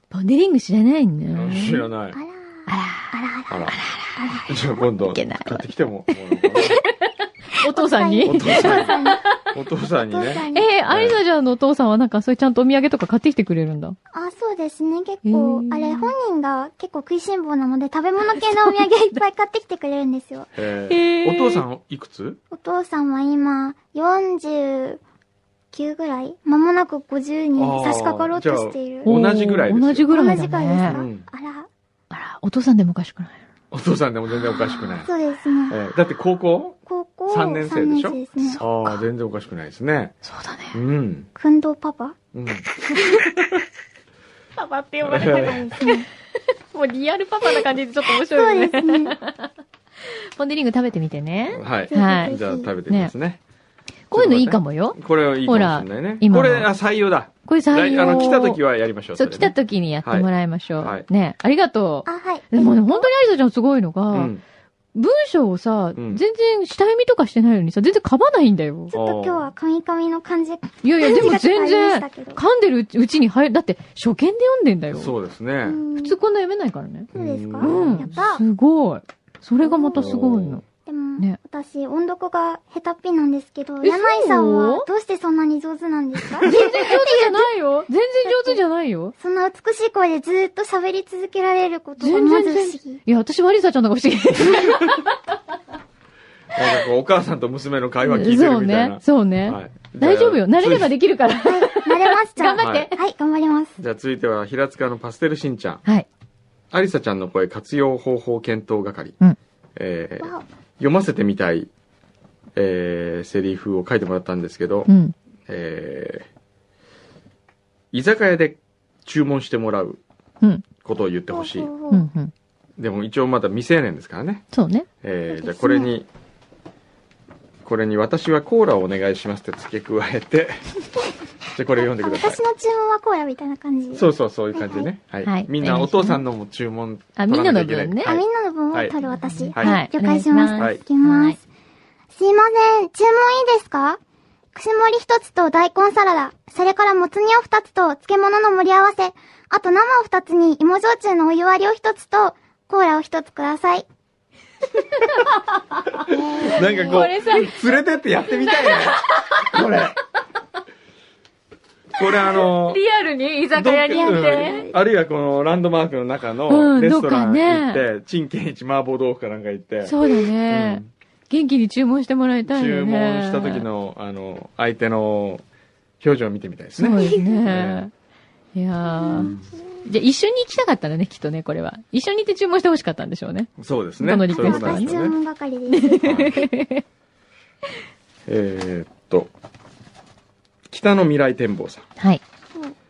[SPEAKER 2] ポンデリング知らないの
[SPEAKER 3] ー知らな
[SPEAKER 5] あ。
[SPEAKER 3] い
[SPEAKER 5] ら
[SPEAKER 2] あら。
[SPEAKER 5] あらあら。
[SPEAKER 3] あら。じゃあ今度、
[SPEAKER 2] いけ
[SPEAKER 3] 買
[SPEAKER 2] ない
[SPEAKER 3] ってきても。
[SPEAKER 2] お父さんに
[SPEAKER 3] お父さんに、
[SPEAKER 5] さんに
[SPEAKER 3] お父さんに
[SPEAKER 5] お父さ
[SPEAKER 3] ね。
[SPEAKER 5] んに。
[SPEAKER 2] えー、アリサちゃんのお父さんはなんか、そういうちゃんとお土産とか買ってきてくれるんだ。
[SPEAKER 5] あ、そうですね。結
[SPEAKER 2] へ
[SPEAKER 5] 構、
[SPEAKER 2] ー
[SPEAKER 5] あれ、本人が結構食いしん坊なので、食べ物系のお土産いっぱい買ってきてくれるんですよ。
[SPEAKER 3] え
[SPEAKER 2] へー
[SPEAKER 3] ーお父さんいくつ
[SPEAKER 5] お父さんは今、49ぐらい間もなく50に差し掛かろうとしている。
[SPEAKER 3] 同じぐらいですよ
[SPEAKER 2] 同じぐらいだね。
[SPEAKER 5] 同じぐらいですか、
[SPEAKER 3] うん
[SPEAKER 5] あら、
[SPEAKER 2] あら、お父さんでもおかしくない
[SPEAKER 3] お父さんでも全然おかしくない。
[SPEAKER 5] そうです
[SPEAKER 3] え
[SPEAKER 5] ね。
[SPEAKER 3] ーだって高校
[SPEAKER 5] 高校
[SPEAKER 3] 三年生でしょ
[SPEAKER 5] 三年生ですね。
[SPEAKER 3] ああ、全然おかしくないですね。
[SPEAKER 2] そうだね。
[SPEAKER 3] うん。
[SPEAKER 5] くんどうパパ
[SPEAKER 3] うん。
[SPEAKER 2] パパって呼ばれたら、もうリアルパパな感じでちょっと面白い
[SPEAKER 5] そうで
[SPEAKER 2] よね。
[SPEAKER 5] すね。
[SPEAKER 2] ポンデリング食べてみてね。
[SPEAKER 3] はい。
[SPEAKER 5] ぜひ
[SPEAKER 2] は
[SPEAKER 5] ぜひ
[SPEAKER 3] じゃあ食べてみますね。
[SPEAKER 2] こういうのいいかもよ。
[SPEAKER 3] これはいいかもしれないね。
[SPEAKER 2] 今
[SPEAKER 3] これ、あ、採用だ。
[SPEAKER 2] こういう採
[SPEAKER 3] 来
[SPEAKER 2] 用
[SPEAKER 3] あの、来た時はやりましょう。
[SPEAKER 2] そう、
[SPEAKER 3] れ
[SPEAKER 2] 来
[SPEAKER 3] ね
[SPEAKER 2] た時にやってもらいましょう。
[SPEAKER 3] はいはい
[SPEAKER 2] ねありがとう。
[SPEAKER 5] あ、はい。
[SPEAKER 2] でもね、本当にアリサちゃんすごいのが、
[SPEAKER 3] うん。
[SPEAKER 2] 文章をさ、
[SPEAKER 3] うん
[SPEAKER 2] 全然下読みとかしてないのにさ、全然噛まないんだよ
[SPEAKER 5] ち。ょっと今日はカミカミの感じ、
[SPEAKER 2] いやいや、でも全
[SPEAKER 5] 感じがちょっとありまし
[SPEAKER 2] 然
[SPEAKER 5] た、けど
[SPEAKER 2] 噛んでるうちに入る。だって、初見で読んでんだよ。
[SPEAKER 3] そうですね。
[SPEAKER 5] うん
[SPEAKER 2] 普通こんな読めないからね。
[SPEAKER 5] そうですか
[SPEAKER 3] うん
[SPEAKER 5] やった
[SPEAKER 2] すごい。それがまたすごいの。
[SPEAKER 5] でも、
[SPEAKER 2] ね
[SPEAKER 5] 私、音読が下手っぴなんですけど、
[SPEAKER 2] え
[SPEAKER 5] 柳井さん
[SPEAKER 2] そう
[SPEAKER 5] はどうしてそんなに上手なんですか
[SPEAKER 2] 全然上手じゃない よ。全然上手じゃないよ。
[SPEAKER 5] そんな美しい声でずーっと喋り続けられることが
[SPEAKER 2] 全
[SPEAKER 5] ま
[SPEAKER 2] 然
[SPEAKER 5] ず不
[SPEAKER 2] 全
[SPEAKER 5] 思
[SPEAKER 2] 然
[SPEAKER 5] 議。。
[SPEAKER 2] いや、私はアリサちゃんの方が不思議。
[SPEAKER 3] なんかこうお母さんと娘の会話聞いて
[SPEAKER 2] そ
[SPEAKER 3] る
[SPEAKER 2] う
[SPEAKER 3] みたいな
[SPEAKER 2] ね。。そうね。
[SPEAKER 3] はい
[SPEAKER 2] 大丈夫よ。慣れればできるから。
[SPEAKER 5] 慣れます、じゃあ。
[SPEAKER 2] 頑張って。
[SPEAKER 5] はい、頑張ります。
[SPEAKER 3] じゃあ続いては平塚のパステルしんちゃん。
[SPEAKER 2] はい。
[SPEAKER 3] ありさちゃんの声活用方法検討係。
[SPEAKER 2] うん
[SPEAKER 3] えー
[SPEAKER 5] わお
[SPEAKER 3] 読ませてみたい、えーセリフを書いてもらったんですけど、
[SPEAKER 2] うん。
[SPEAKER 3] えー居酒屋で注文してもらう
[SPEAKER 2] うん。
[SPEAKER 3] ことを言ってほしい。
[SPEAKER 5] ほうほうほ
[SPEAKER 2] う。
[SPEAKER 5] うん
[SPEAKER 2] うん。
[SPEAKER 3] でも一応まだ未成年ですからね。
[SPEAKER 2] そうね。
[SPEAKER 3] え
[SPEAKER 5] そ
[SPEAKER 3] ー
[SPEAKER 5] うですね
[SPEAKER 3] じゃあこれに、これに私はコーラをお願いしますって付け加 えて、じゃあこれ読んで
[SPEAKER 5] あ
[SPEAKER 3] ください
[SPEAKER 5] 私。の注文はこうや、みたいな感じ。
[SPEAKER 3] そうそう、そういう感じでね。はい。
[SPEAKER 2] はい
[SPEAKER 3] みんなお父さんのも注文取ら
[SPEAKER 2] あ
[SPEAKER 3] なきゃいけない。
[SPEAKER 2] みんなの分ね
[SPEAKER 5] あ、
[SPEAKER 3] はい
[SPEAKER 5] みんなの分を取る私。
[SPEAKER 3] はい
[SPEAKER 5] 了解しました。
[SPEAKER 2] お願い
[SPEAKER 3] はいい
[SPEAKER 5] いきます。すいません、注文いいですか串盛り一つと大根サラダ、それからもつ煮を二つと漬物の盛り合わせ、あと生を二つに芋焼酎のお湯割りを一つと、コーラを一つください。
[SPEAKER 3] なんかこ
[SPEAKER 2] こ
[SPEAKER 3] う、
[SPEAKER 2] れさ
[SPEAKER 3] 連れてってやってみたいね。これ。これあの、
[SPEAKER 2] リアルに居酒
[SPEAKER 3] どっ
[SPEAKER 2] 屋
[SPEAKER 3] か
[SPEAKER 2] に行っ
[SPEAKER 3] う
[SPEAKER 2] て。
[SPEAKER 3] んあるいはこのランドマークの中
[SPEAKER 2] う
[SPEAKER 3] の
[SPEAKER 2] ん
[SPEAKER 3] レストラン行っ
[SPEAKER 2] どっ
[SPEAKER 3] て、陳建一麻婆豆腐かなんか行って、
[SPEAKER 2] そうだ
[SPEAKER 3] う
[SPEAKER 2] ね。
[SPEAKER 3] ん
[SPEAKER 2] 元気に注文してもらいたいよ
[SPEAKER 3] 注
[SPEAKER 2] ね。
[SPEAKER 3] 文した時。の、あの、相手の表情を見てみたいです
[SPEAKER 2] そう
[SPEAKER 3] ね。
[SPEAKER 2] ですね。いやー。じゃあ一緒に行きたかったらね、きっとね、これは。一緒に行って注文してほしかったんでしょうね。
[SPEAKER 3] そうですね。
[SPEAKER 2] どのリ
[SPEAKER 3] そ
[SPEAKER 2] ク
[SPEAKER 3] うい
[SPEAKER 2] エス
[SPEAKER 3] うこ
[SPEAKER 2] ト
[SPEAKER 3] と
[SPEAKER 5] 私
[SPEAKER 3] なんです
[SPEAKER 5] 注
[SPEAKER 3] よね。
[SPEAKER 5] 文係です。
[SPEAKER 3] えーっと、北の未来展望さん。
[SPEAKER 2] はい。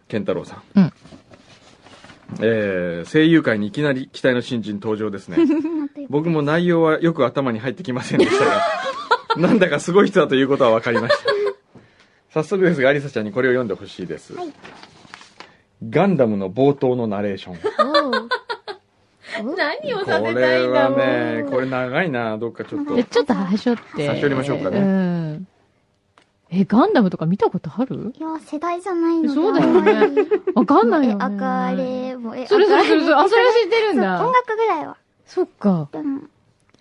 [SPEAKER 3] 健太郎さん、
[SPEAKER 2] うん
[SPEAKER 3] えー声優界にいきなり期待の新人登場で すね
[SPEAKER 5] なんという
[SPEAKER 3] 僕も内容はよく頭に入ってきませんでし たがなんだかすごい人だということは分かりました早速ですがありさちゃんにこれを読んでほしいです、
[SPEAKER 5] はい
[SPEAKER 3] ガンダムの冒頭のナレーション
[SPEAKER 2] 何を
[SPEAKER 3] こ
[SPEAKER 2] させたい
[SPEAKER 3] れ
[SPEAKER 2] んだ
[SPEAKER 3] は
[SPEAKER 2] も
[SPEAKER 3] ね
[SPEAKER 2] ん。
[SPEAKER 3] これ長いなどっかちょっと
[SPEAKER 2] じゃあちょっと端折って。
[SPEAKER 3] 差し折りましょうかね
[SPEAKER 2] うん。え、ガンダムとか見たことある
[SPEAKER 5] いや、世代じゃないので。
[SPEAKER 2] そうだ よね
[SPEAKER 5] あんまり
[SPEAKER 2] わかんないよ、
[SPEAKER 5] え、
[SPEAKER 2] ね。
[SPEAKER 5] あれ、もう、え、
[SPEAKER 2] それそれそれそれ、あ、それは
[SPEAKER 5] そ
[SPEAKER 2] 知ってるん
[SPEAKER 5] う音
[SPEAKER 2] だ。
[SPEAKER 5] 楽ぐらいは。
[SPEAKER 2] そっか。
[SPEAKER 5] でも、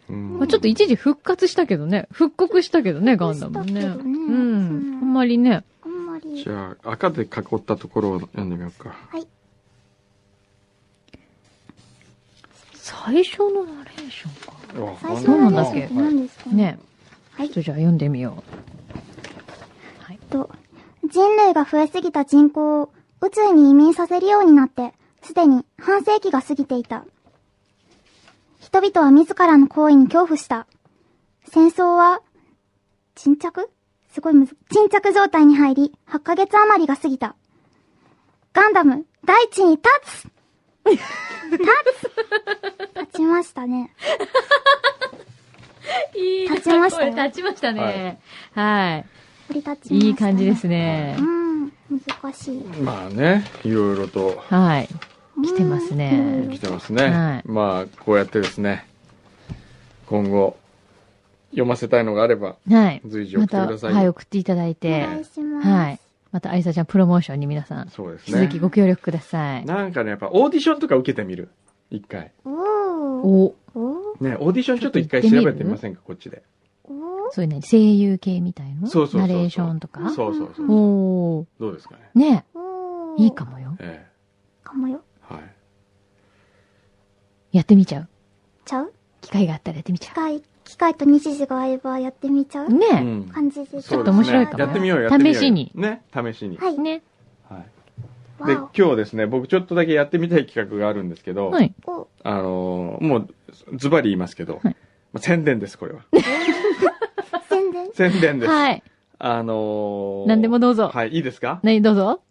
[SPEAKER 3] うん
[SPEAKER 2] まあ、ちょっと一時復活したけどね。復刻したけどね、ガンダム
[SPEAKER 5] 復刻した
[SPEAKER 2] ね。
[SPEAKER 5] けどねう
[SPEAKER 2] う
[SPEAKER 5] ん
[SPEAKER 2] ん。あんまりね。
[SPEAKER 5] あんまり
[SPEAKER 3] じ。ゃあ赤で囲ったところを読んでみようか
[SPEAKER 2] 最初のナレーションか。
[SPEAKER 5] 最初
[SPEAKER 2] そうな
[SPEAKER 5] の
[SPEAKER 2] んだ
[SPEAKER 5] 話
[SPEAKER 2] っけ
[SPEAKER 5] って何ですか
[SPEAKER 2] ね。
[SPEAKER 5] はい
[SPEAKER 2] ちょっとじゃあ読んでみよ
[SPEAKER 5] と、人類が増えすぎた人口を宇宙に移民させるようになって、すでに半世紀が過ぎていた。人々は自らの行為に恐怖した。戦争は、沈着すごいむず、沈着状態に入り、8ヶ月余りが過ぎた。ガンダム、大地に立つ立つ立ちましたね。
[SPEAKER 2] う。い
[SPEAKER 5] 立ちましたよ
[SPEAKER 2] 立ちましたね。はい。
[SPEAKER 5] 降り立ちました、
[SPEAKER 2] いい感じです。ね
[SPEAKER 5] う。ん。難しい。
[SPEAKER 3] まあね、いろいろと
[SPEAKER 2] はい。来てますね
[SPEAKER 3] 来てますね。
[SPEAKER 2] はい
[SPEAKER 3] まあ、こうやってですね、今後、読ませたいのがあれば、
[SPEAKER 2] はい。
[SPEAKER 3] 随時送
[SPEAKER 2] ま
[SPEAKER 3] って
[SPEAKER 2] た、
[SPEAKER 3] くださいよ。
[SPEAKER 2] はい、送っていただい
[SPEAKER 5] お
[SPEAKER 2] て、
[SPEAKER 5] 願いします。
[SPEAKER 2] はい。また、あいさちゃんプロモーションに皆さん、引
[SPEAKER 3] そうで
[SPEAKER 2] き
[SPEAKER 3] す
[SPEAKER 2] 続
[SPEAKER 3] ね
[SPEAKER 2] き。ご協力ください。
[SPEAKER 3] なんかね、やっぱオーディションとか受けてみる。一回。
[SPEAKER 5] おー。
[SPEAKER 2] お、
[SPEAKER 5] おー。
[SPEAKER 3] ね、オーディションちょっと一回
[SPEAKER 2] ちょっと
[SPEAKER 3] 調
[SPEAKER 2] 行ってみる
[SPEAKER 3] べてみませんか、こっちで。
[SPEAKER 5] おー。
[SPEAKER 2] そういうね、声優系みたいな
[SPEAKER 3] そうそうそう
[SPEAKER 2] ナ
[SPEAKER 3] そう
[SPEAKER 2] レーションとか
[SPEAKER 3] そうそうそう。
[SPEAKER 2] おー。
[SPEAKER 3] どうですかね。
[SPEAKER 2] ね
[SPEAKER 5] おー。
[SPEAKER 2] いいか。もよ。
[SPEAKER 3] え
[SPEAKER 5] かもよ。
[SPEAKER 3] え。はい。
[SPEAKER 2] やってみちゃう。
[SPEAKER 5] ちゃう
[SPEAKER 2] 機会があったらやってみち
[SPEAKER 5] 機
[SPEAKER 2] ゃ
[SPEAKER 5] 械、機械と日時が合えばやってみちゃう
[SPEAKER 2] う。ね
[SPEAKER 3] ん
[SPEAKER 5] 感じで。
[SPEAKER 2] ちょっと面白いかも
[SPEAKER 3] そうですねやってみよう、やってみよう。
[SPEAKER 2] 試しに
[SPEAKER 3] ね、試しに。
[SPEAKER 5] はい。
[SPEAKER 2] ね。
[SPEAKER 3] はい。
[SPEAKER 5] わ
[SPEAKER 3] で、今日ですね、僕ちょっとだけやってみたい企画があるんですけど、
[SPEAKER 2] はい。
[SPEAKER 5] お。お
[SPEAKER 3] あのーもう、ズバリ言いますけど、
[SPEAKER 2] はい
[SPEAKER 3] まあ宣伝です、これは。
[SPEAKER 5] 宣伝
[SPEAKER 3] 宣伝です。
[SPEAKER 2] はい。
[SPEAKER 3] あのー
[SPEAKER 2] 何でもどうぞ。
[SPEAKER 3] はい、いいですか
[SPEAKER 2] 何どうぞ。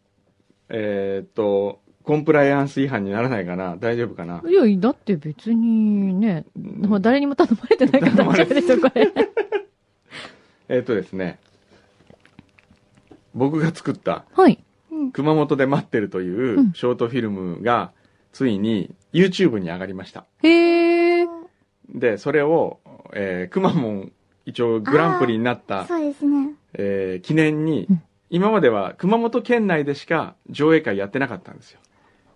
[SPEAKER 3] えーっと、コンプライアンス違反にならないかな大丈夫かない
[SPEAKER 2] や、だって別にね、ほら誰にも頼まれてない
[SPEAKER 3] 頼まれ
[SPEAKER 2] 形でしょ、これ。
[SPEAKER 3] えーっとですね、僕が作った
[SPEAKER 2] はい。
[SPEAKER 5] うん。
[SPEAKER 3] 熊本で待ってるといううんショートフィルムが、ついに YouTube に上がりました。
[SPEAKER 2] へえ。
[SPEAKER 3] で、それを、えー、くまモン一応グランプリになった、
[SPEAKER 5] そうですね。
[SPEAKER 3] えー記念に、
[SPEAKER 2] うん
[SPEAKER 3] 今までは熊本県内でしか上映会やってなかったんですよ。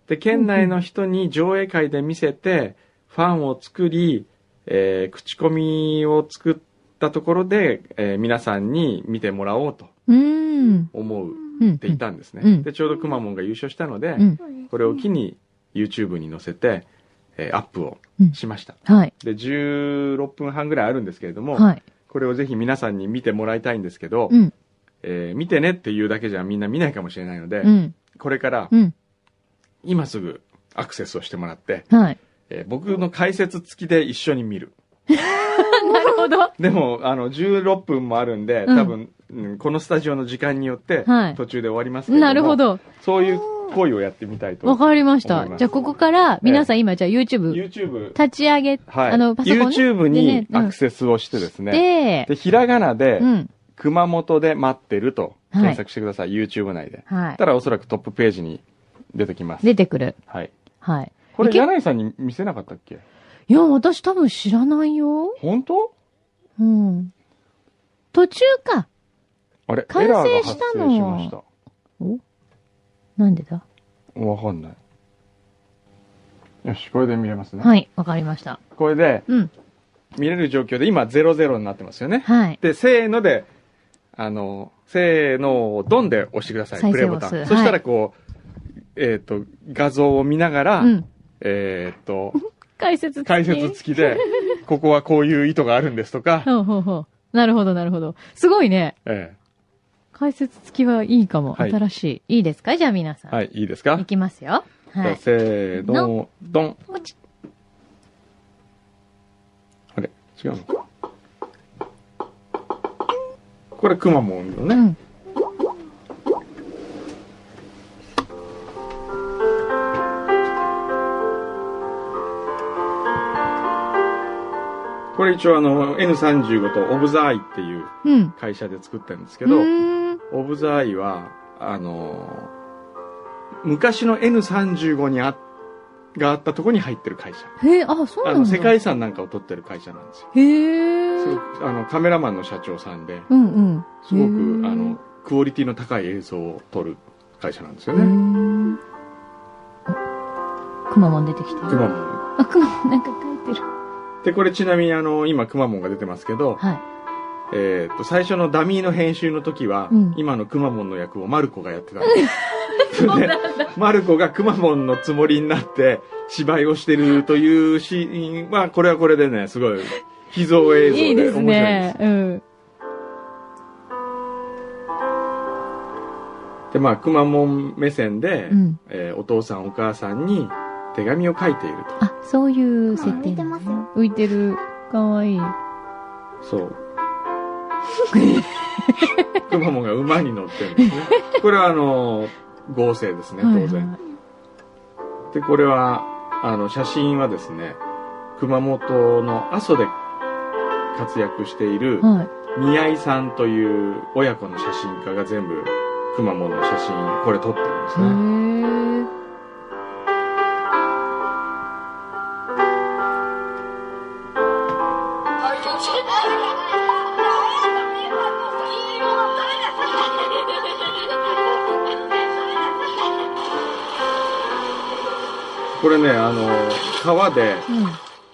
[SPEAKER 3] で、県内の人に上映会で見せて、ファンを作り、えー口コミを作ったところで、えー皆さんに見てもらおうと
[SPEAKER 2] うーん。
[SPEAKER 3] 思うっ
[SPEAKER 2] うん。
[SPEAKER 3] ていたんですね。
[SPEAKER 2] うん
[SPEAKER 3] で、ちょうどくまモンが優勝したので、
[SPEAKER 2] うん。
[SPEAKER 5] そうですね
[SPEAKER 3] これを機に YouTube に載せて、えーアップをしました。
[SPEAKER 2] はい。
[SPEAKER 3] で、16分半ぐらいあるんですけれども、
[SPEAKER 2] はい。
[SPEAKER 3] これをぜひ皆さんに見てもらいたいんですけど、
[SPEAKER 2] うん。
[SPEAKER 3] えー見てねっていうだけじゃみんな見ないかもしれないので、
[SPEAKER 2] うん。
[SPEAKER 3] これから
[SPEAKER 2] うん。
[SPEAKER 3] 今すぐアクセスをしてもらって、
[SPEAKER 2] はい。
[SPEAKER 3] えー僕の解説付きで一緒に見る。
[SPEAKER 2] なるほ ど。
[SPEAKER 3] でも、あの、16分もあるんで、
[SPEAKER 2] うん
[SPEAKER 3] 多分、うんこのスタジオの時間によって
[SPEAKER 2] はい、
[SPEAKER 3] 途中で終わりますけれども、
[SPEAKER 2] なるほど。
[SPEAKER 3] そういう恋をやってみたい
[SPEAKER 2] わ
[SPEAKER 3] と。
[SPEAKER 2] かりまし
[SPEAKER 3] 思
[SPEAKER 2] た
[SPEAKER 3] いま。す
[SPEAKER 2] じゃあ、ここから、皆さん今、じゃあ YouTube
[SPEAKER 3] YouTube、
[SPEAKER 2] 立ち上げ、
[SPEAKER 3] はい、
[SPEAKER 2] あの、パソコンね
[SPEAKER 3] YouTube
[SPEAKER 2] で
[SPEAKER 3] に
[SPEAKER 2] ねうん
[SPEAKER 3] アクセスをしてですね、
[SPEAKER 2] で、
[SPEAKER 3] で、ひらがなで
[SPEAKER 2] う、ん。
[SPEAKER 3] 熊本で待ってると
[SPEAKER 2] はい
[SPEAKER 3] 検索してください、YouTube 内で。
[SPEAKER 2] は
[SPEAKER 3] たらおそらくトップページに出てきま
[SPEAKER 2] い。
[SPEAKER 3] す。
[SPEAKER 2] 出てくる。
[SPEAKER 3] はい。
[SPEAKER 2] はい。
[SPEAKER 3] これ、
[SPEAKER 2] いけ
[SPEAKER 3] 柳井さんに見せなかったっけ
[SPEAKER 2] いや、私多分知らないよ。
[SPEAKER 3] 本当
[SPEAKER 2] うん。途中か。
[SPEAKER 3] あれ、
[SPEAKER 2] 完
[SPEAKER 3] エラー
[SPEAKER 2] 成
[SPEAKER 3] が発
[SPEAKER 2] したの
[SPEAKER 3] 生しました。
[SPEAKER 2] なんでだ
[SPEAKER 3] わかんない。よし、これで見れますね。
[SPEAKER 2] はい。わかりました。
[SPEAKER 3] これで
[SPEAKER 2] うん。
[SPEAKER 3] 見れる状況で、今00になってますよね。
[SPEAKER 2] はい。
[SPEAKER 3] で、せーので、あの、せーのをドンで押してください、
[SPEAKER 2] 再
[SPEAKER 3] プレ
[SPEAKER 2] 生を
[SPEAKER 3] イボ
[SPEAKER 2] 押
[SPEAKER 3] タ
[SPEAKER 2] す
[SPEAKER 3] ン。そしたらこう、えっ、と、画像を見ながら、
[SPEAKER 2] うん。
[SPEAKER 3] えっ、と、
[SPEAKER 2] 解説付き。
[SPEAKER 3] 解説付 きで、ここはこういう意図があるんですとか、
[SPEAKER 2] ほうほうほう。なるほど、なるほど。すごいね。
[SPEAKER 3] え
[SPEAKER 2] 解説付きはいいかも。
[SPEAKER 3] はい
[SPEAKER 2] 新しい。いいですかじゃあ皆さん。
[SPEAKER 3] えはい、いいですか
[SPEAKER 2] いきますよ。は
[SPEAKER 3] じゃあ
[SPEAKER 2] い。
[SPEAKER 3] せーの、ドン。
[SPEAKER 2] ポチ
[SPEAKER 3] あれ違うのかこれくまモンの
[SPEAKER 2] う
[SPEAKER 3] ね。
[SPEAKER 2] ん。
[SPEAKER 3] これ一応あの N35 とオブザーイっていう
[SPEAKER 2] うん。
[SPEAKER 3] 会社で作ってるんですけ
[SPEAKER 2] う
[SPEAKER 3] ど、
[SPEAKER 2] ーん。
[SPEAKER 3] オブザーイは、あのー昔の N35 にあ、があったとこに入ってる会社。
[SPEAKER 2] へえ、あ、そう
[SPEAKER 3] あ
[SPEAKER 2] なん
[SPEAKER 3] の、
[SPEAKER 2] だ。
[SPEAKER 3] 世界遺産なんかを撮ってる会社なんですよ。
[SPEAKER 2] へ
[SPEAKER 3] すご
[SPEAKER 2] え。
[SPEAKER 3] く、あの、カメラマンの社長さんで、
[SPEAKER 2] うんうん。
[SPEAKER 3] す
[SPEAKER 2] へ
[SPEAKER 3] ごく、
[SPEAKER 2] え
[SPEAKER 3] あの、、クオリティの高い映像を撮る会社なんですよ
[SPEAKER 2] うー
[SPEAKER 3] ね。
[SPEAKER 2] ん。あくまモン出てきて
[SPEAKER 3] く
[SPEAKER 2] る。
[SPEAKER 3] まモン。
[SPEAKER 2] あ、くまモンなんか書いてる。
[SPEAKER 3] で、これちなみにあの、今くまモンが出てますけど、
[SPEAKER 2] は
[SPEAKER 3] えーっと、最初のダミーの編集の時は、
[SPEAKER 2] うん
[SPEAKER 3] 今のくまモンの役をマルコがやってた んです。それで、マルコがくまモンのつもりになって芝居をしてるというシーンは、これはこれでね、すごい秘蔵映
[SPEAKER 2] い。
[SPEAKER 3] 像
[SPEAKER 2] いい
[SPEAKER 3] で面白い
[SPEAKER 2] で
[SPEAKER 3] です
[SPEAKER 2] す。ね。うん。
[SPEAKER 3] で、まあ、くまモン目線で、
[SPEAKER 2] うん
[SPEAKER 3] えーお父さんお母さんに手紙を書いていると。
[SPEAKER 2] あ、そういう設定なのね。浮いてる。かわいい。
[SPEAKER 3] そう。くまモンが馬に乗ってるんですね。これはあの、合成ですね、当然。
[SPEAKER 2] はいはい
[SPEAKER 3] でこれはあの写真はですね熊本の阿蘇で活躍している
[SPEAKER 2] はい。
[SPEAKER 3] 宮井さんという親子の写真家が全部くまモンの写真、これ撮ってるんです
[SPEAKER 2] へ
[SPEAKER 3] ね。
[SPEAKER 2] ー
[SPEAKER 3] これね、あの、川で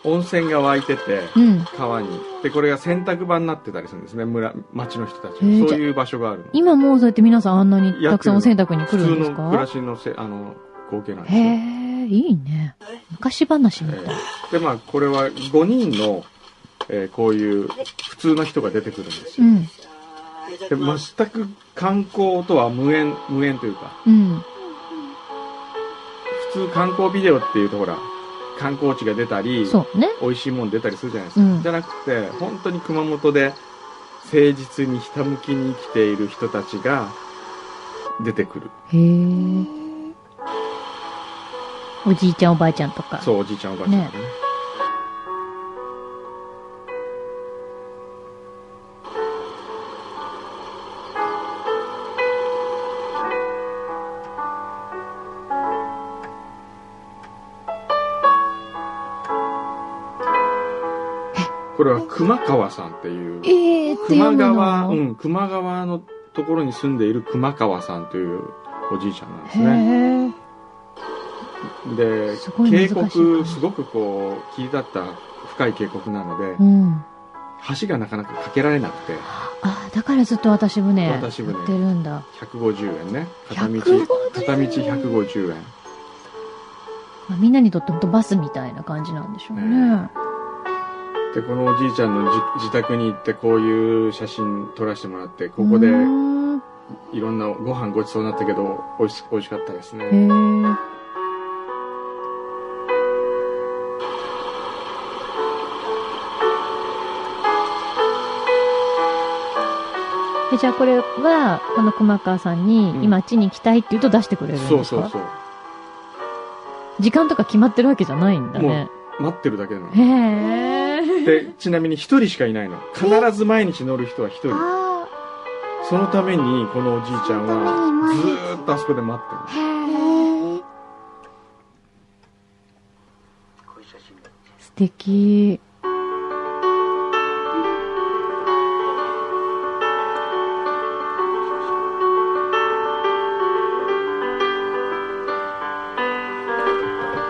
[SPEAKER 2] う
[SPEAKER 3] 温泉が湧いてて、
[SPEAKER 2] ん。うん。
[SPEAKER 3] 川に。で、これが洗濯場になってたりするんですね、村、町の人たち
[SPEAKER 2] へ
[SPEAKER 3] の。
[SPEAKER 2] ー
[SPEAKER 3] そういう場所があるの。
[SPEAKER 2] 今もうそうやって皆さんあんなにたくさんお洗濯に来
[SPEAKER 3] 普
[SPEAKER 2] る
[SPEAKER 3] 通
[SPEAKER 2] んです
[SPEAKER 3] の暮ら
[SPEAKER 2] か
[SPEAKER 3] しのせ、あの、光景なんです
[SPEAKER 2] へ
[SPEAKER 3] よ。
[SPEAKER 2] え、いいね。昔話みたい。
[SPEAKER 3] で、まあ、これは5人の、えーこういう普通の人が出てくるんです
[SPEAKER 2] う
[SPEAKER 3] よ。
[SPEAKER 2] ん。
[SPEAKER 3] で、全く観光とは無縁、無縁というか、
[SPEAKER 2] うん。
[SPEAKER 3] 普通観光ビデオっていうとほら、観光地が出たり、
[SPEAKER 2] そうね。
[SPEAKER 3] 美味しいもん出たりするじゃないですか。
[SPEAKER 2] うん
[SPEAKER 3] じゃなくて、本当に熊本で誠実にひたむきに生きている人たちが出てくる。
[SPEAKER 2] へえ。おじいちゃんおばあちゃんとか。
[SPEAKER 3] そう、おじいちゃんおばあちゃんがね。これは熊川さんっていう、
[SPEAKER 2] ええって読
[SPEAKER 3] 熊
[SPEAKER 2] むの
[SPEAKER 3] 川、うん、熊川のところに住んでいる熊川さんというおじいちゃんなんですね。
[SPEAKER 2] へえ。
[SPEAKER 3] です
[SPEAKER 2] ごい難しい
[SPEAKER 3] 渓
[SPEAKER 2] か
[SPEAKER 3] 谷
[SPEAKER 2] ら
[SPEAKER 3] すごくこう切り立った深い渓谷なので、
[SPEAKER 2] うん。
[SPEAKER 3] 橋がなかなか架けられなくて
[SPEAKER 2] あ、だからずっと私船や
[SPEAKER 3] 私船
[SPEAKER 2] ってるんだ。
[SPEAKER 3] 150円ね片道
[SPEAKER 2] 150
[SPEAKER 3] 片道150円
[SPEAKER 2] まあみんなにとって本当バスみたいな感じなんでしょうね。
[SPEAKER 3] ねでこのおじいちゃんの自自宅に行ってこういう写真撮らせてもらってここで
[SPEAKER 2] うんへ
[SPEAKER 3] いろんなご飯ごちそうになったけどおいし美味しかったですね
[SPEAKER 2] え。えじゃあこれは、この熊川さんに、
[SPEAKER 3] うん
[SPEAKER 2] 今あっちに行きたいって言うと出してくれるんですか
[SPEAKER 3] そうそうそう
[SPEAKER 2] 時間とか決まってるわけじゃないんだね。
[SPEAKER 3] 待ってるだけなの
[SPEAKER 2] へえ。
[SPEAKER 3] でちなみに一人しかいないの必ず毎日乗る人は一人
[SPEAKER 5] あ
[SPEAKER 3] そのためにこのおじいちゃんは
[SPEAKER 5] そのために毎
[SPEAKER 3] ず
[SPEAKER 5] 日
[SPEAKER 3] ーっとあそこで待ってる
[SPEAKER 5] あ、へえ。
[SPEAKER 2] 素敵。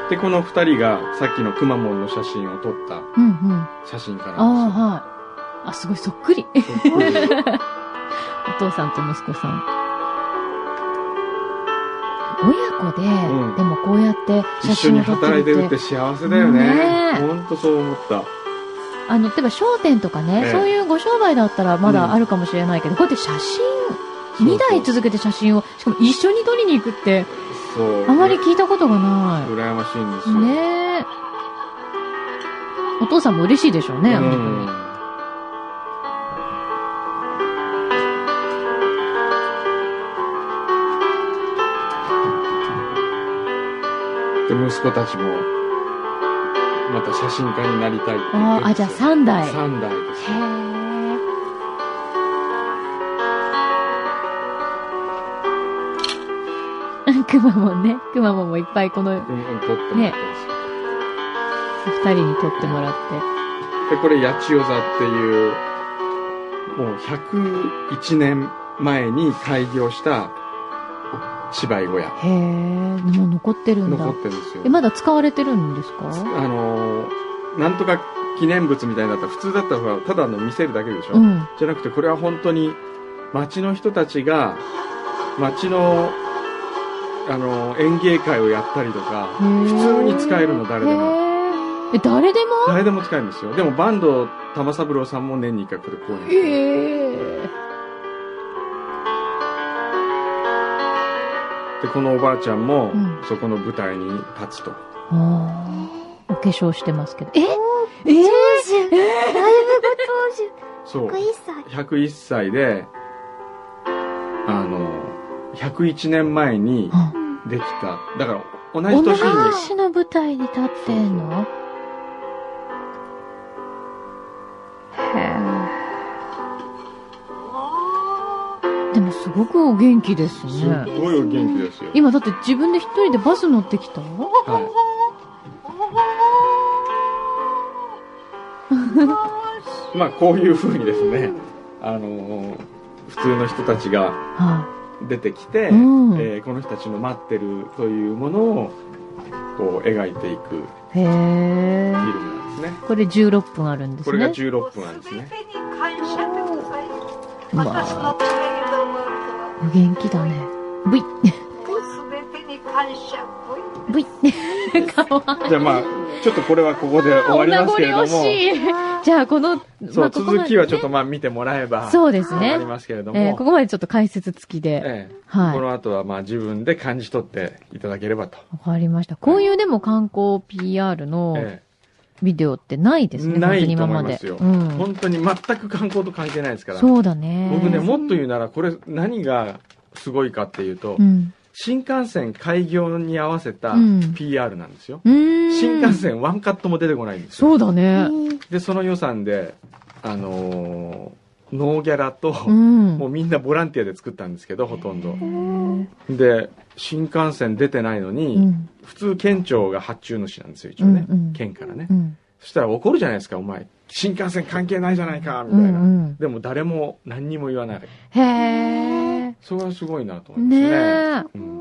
[SPEAKER 3] でこの2人がさっきのくまモンの写真を撮った
[SPEAKER 2] うんうん。
[SPEAKER 3] 写真か
[SPEAKER 2] ああ、
[SPEAKER 3] ら
[SPEAKER 2] はい。あ、すごい、そっくり。
[SPEAKER 3] ですそっくりで
[SPEAKER 2] お父さんと息子さん。親子で、
[SPEAKER 3] うん
[SPEAKER 2] でもこうやって
[SPEAKER 3] 一
[SPEAKER 2] 写
[SPEAKER 3] 緒
[SPEAKER 2] 真
[SPEAKER 3] に
[SPEAKER 2] を撮って
[SPEAKER 3] 働いてるって幸せだよね
[SPEAKER 2] ねえ
[SPEAKER 3] ほんとそう思った
[SPEAKER 2] あの、例えば商店とかね、
[SPEAKER 3] ええ
[SPEAKER 2] そういうご商売だったらま
[SPEAKER 3] うん
[SPEAKER 2] だあるかもしれないけど、こうやって写真、2台
[SPEAKER 3] そう
[SPEAKER 2] 続けて写真を、しかも一緒に撮りに行くって、
[SPEAKER 3] そう
[SPEAKER 2] あまり聞いたことがな
[SPEAKER 3] 羨ましいんです
[SPEAKER 2] い。
[SPEAKER 3] よ
[SPEAKER 2] ねえ。お父さんも嬉しいでしょうね、
[SPEAKER 3] うん
[SPEAKER 2] 本
[SPEAKER 3] で息子たちもまた写真家になりたいって
[SPEAKER 2] 当に
[SPEAKER 3] 言っ
[SPEAKER 2] あ
[SPEAKER 3] て
[SPEAKER 2] あ、
[SPEAKER 3] るん
[SPEAKER 2] あ、
[SPEAKER 3] です
[SPEAKER 2] じゃあ
[SPEAKER 3] よ
[SPEAKER 2] 3台。へ
[SPEAKER 3] 三台です
[SPEAKER 2] え。くまモンね。くまモンもいっぱいこの
[SPEAKER 3] うんうん撮ってもらったんですよ
[SPEAKER 2] 二人に撮ってもらって。
[SPEAKER 3] でこれ八千代座っていうもう101年前に開業した芝居小屋
[SPEAKER 2] へえ、もう残ってるん
[SPEAKER 3] 残
[SPEAKER 2] だ
[SPEAKER 3] っ。てるんですよ
[SPEAKER 2] え、まだ使われてるんですか
[SPEAKER 3] あのーなんとか記念物みたいになったら普通だったらほらただの見せるだけでしょ、
[SPEAKER 2] うん。
[SPEAKER 3] じゃなくてこれは本当に町の人たちが町の、あのー演芸会をやったりとか普
[SPEAKER 2] 普
[SPEAKER 3] 通に使えるの誰でも
[SPEAKER 2] え、誰でも
[SPEAKER 3] 誰でも使えるんですよでもバンド玉三郎さんも年に1回ここで公演してる
[SPEAKER 2] ええ。
[SPEAKER 3] でこのおばあちゃんも
[SPEAKER 2] うん
[SPEAKER 3] そこの舞台に立つと、
[SPEAKER 2] あーお化粧してますけど。ええ
[SPEAKER 5] 長寿。だいぶご
[SPEAKER 3] そう
[SPEAKER 5] 長寿。101歳。
[SPEAKER 3] 101歳であの101年前に
[SPEAKER 2] あ
[SPEAKER 3] できただから同じ
[SPEAKER 2] 同じ
[SPEAKER 3] 年に
[SPEAKER 2] 年の舞台に立ってんのへえ。でもすすごくお元気です
[SPEAKER 3] すっ
[SPEAKER 2] ね。
[SPEAKER 3] ごいお元気ですよ。
[SPEAKER 2] 今だって自分で一人でバス乗ってきた
[SPEAKER 3] はまあこういうふうにですね、あのー普通の人たちが
[SPEAKER 2] は
[SPEAKER 3] 出てきて、
[SPEAKER 2] うん
[SPEAKER 3] えーこの人たちの待ってるというものをこう描いていくフ
[SPEAKER 2] い。へえ。
[SPEAKER 3] ィルムなんですね。
[SPEAKER 2] これ16分あるんですね。
[SPEAKER 3] これが16分なんですね。
[SPEAKER 2] うわぁお元気だね。ブイ ブイかわ
[SPEAKER 3] じゃあまあちょっとこれはここで終わりますけれども、
[SPEAKER 2] いい。じゃあこの、
[SPEAKER 3] そう、
[SPEAKER 2] ここまで
[SPEAKER 3] 続きはちょっとまあ見てもらえば
[SPEAKER 2] そうです
[SPEAKER 3] わか
[SPEAKER 2] ね
[SPEAKER 3] り。ますけれども、
[SPEAKER 2] えーここまでちょっと解説付きで。
[SPEAKER 3] ええ
[SPEAKER 2] はい
[SPEAKER 3] こ。の後はまあ自分で感じ取っていただければと。
[SPEAKER 2] わかりました。こういうでも観光 PR の
[SPEAKER 3] え
[SPEAKER 2] ビデオってないですね。
[SPEAKER 3] な
[SPEAKER 2] 本当
[SPEAKER 3] い
[SPEAKER 2] に今
[SPEAKER 3] と思
[SPEAKER 2] ま
[SPEAKER 3] いま
[SPEAKER 2] です
[SPEAKER 3] よ。
[SPEAKER 2] うん。
[SPEAKER 3] 本当に全く観光と関係ないですから。
[SPEAKER 2] そうだね。
[SPEAKER 3] 僕ね、もっと言うなら、これ何がすごいかっていうと、
[SPEAKER 2] うん。
[SPEAKER 3] 新幹線開業に合わせた
[SPEAKER 2] うん
[SPEAKER 3] PR なんですよ。
[SPEAKER 2] うーん。
[SPEAKER 3] 新幹線ワンカットも出てこないんですよ。
[SPEAKER 2] そうだね。
[SPEAKER 3] で、その予算で、あのーノーギャラと、
[SPEAKER 2] うん。
[SPEAKER 3] もうみんなボランティアで作ったんですけど、ほとんど
[SPEAKER 2] へ。ー
[SPEAKER 3] で、新幹線出てないのに、
[SPEAKER 2] うん。
[SPEAKER 3] 普通県庁が発注主なんですよ、一応ね。
[SPEAKER 2] うんうん
[SPEAKER 3] 県からね。
[SPEAKER 2] うん。
[SPEAKER 3] そしたら怒るじゃないですか、お前。新幹線関係ないじゃないか、み
[SPEAKER 2] う
[SPEAKER 3] たい
[SPEAKER 2] ん
[SPEAKER 3] な。
[SPEAKER 2] うん。
[SPEAKER 3] でも誰も何にも言わない。
[SPEAKER 2] へえ。
[SPEAKER 3] それはすごいなと思いま
[SPEAKER 2] ね
[SPEAKER 3] すね。
[SPEAKER 2] え。
[SPEAKER 3] うん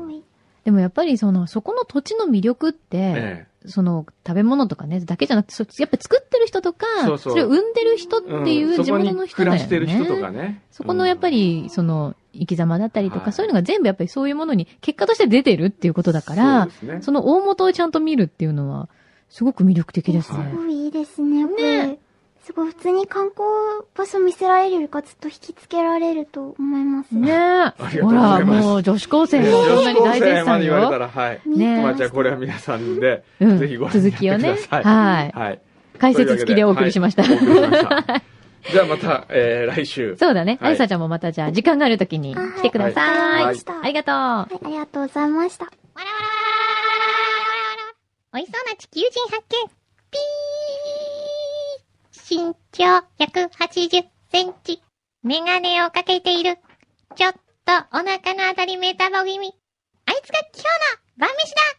[SPEAKER 2] でもやっぱりその、そこの土地の魅力って、
[SPEAKER 3] え
[SPEAKER 2] その食べ物とかね、だけじゃなくて、そやっぱ作ってる人とか、
[SPEAKER 3] そうそう
[SPEAKER 2] れを生んでる人って
[SPEAKER 3] えうん
[SPEAKER 2] いう地元の
[SPEAKER 3] そ
[SPEAKER 2] 人
[SPEAKER 3] こ
[SPEAKER 2] だよね。
[SPEAKER 3] に暮らしてる人とかね。
[SPEAKER 2] そこのやっぱ
[SPEAKER 3] うん、
[SPEAKER 2] り、その、生き様だったりとか、
[SPEAKER 3] はい
[SPEAKER 2] そういうのが全部やっぱりそういうものに結果として出てるっていうことだから、
[SPEAKER 3] そうですね
[SPEAKER 2] その大元をちゃんと見るっていうのは、すごく魅力的ですね。
[SPEAKER 3] はい
[SPEAKER 5] すごいいいですね、これ。すごい、普通に観光場所見せられるよりかずっと引きつけられると思いますね。
[SPEAKER 2] ね
[SPEAKER 3] り
[SPEAKER 2] え。
[SPEAKER 3] がとう
[SPEAKER 2] ほ
[SPEAKER 3] ござ
[SPEAKER 2] ら、
[SPEAKER 3] います
[SPEAKER 2] もう女子高生もこん
[SPEAKER 3] 女
[SPEAKER 2] な
[SPEAKER 3] 子
[SPEAKER 2] に
[SPEAKER 3] 高
[SPEAKER 2] 大
[SPEAKER 3] 生
[SPEAKER 2] 絶
[SPEAKER 3] まで
[SPEAKER 2] 賛
[SPEAKER 3] 言われた
[SPEAKER 2] よ。
[SPEAKER 3] ら、はい。
[SPEAKER 5] 見え
[SPEAKER 2] ね
[SPEAKER 3] ま
[SPEAKER 5] ま
[SPEAKER 3] あ、
[SPEAKER 5] し
[SPEAKER 3] じゃあこれは皆さんで、
[SPEAKER 2] うん
[SPEAKER 3] ぜひご覧にな
[SPEAKER 2] 続
[SPEAKER 3] って
[SPEAKER 2] きをね。
[SPEAKER 3] ください
[SPEAKER 2] はい。
[SPEAKER 3] はい。
[SPEAKER 2] 解説付きでお送りしました。
[SPEAKER 3] というわけではいお送りしました。じゃあまた、えー来週。
[SPEAKER 2] そうだね。
[SPEAKER 3] は
[SPEAKER 2] あ
[SPEAKER 3] い
[SPEAKER 2] ゆさちゃんもまたじゃあ、時間があるときに来てくだ
[SPEAKER 5] わか
[SPEAKER 2] さ
[SPEAKER 5] り
[SPEAKER 2] い。
[SPEAKER 5] ました。
[SPEAKER 2] ありがとう。
[SPEAKER 5] はい、ありがとうございました。
[SPEAKER 1] わらわらわらわらわらわらわらわらおいしそうな地球人発見ピー身長180センチ。メガネをかけている。ちょっとお腹のあたりメタボ気味。あいつが今日の晩飯だ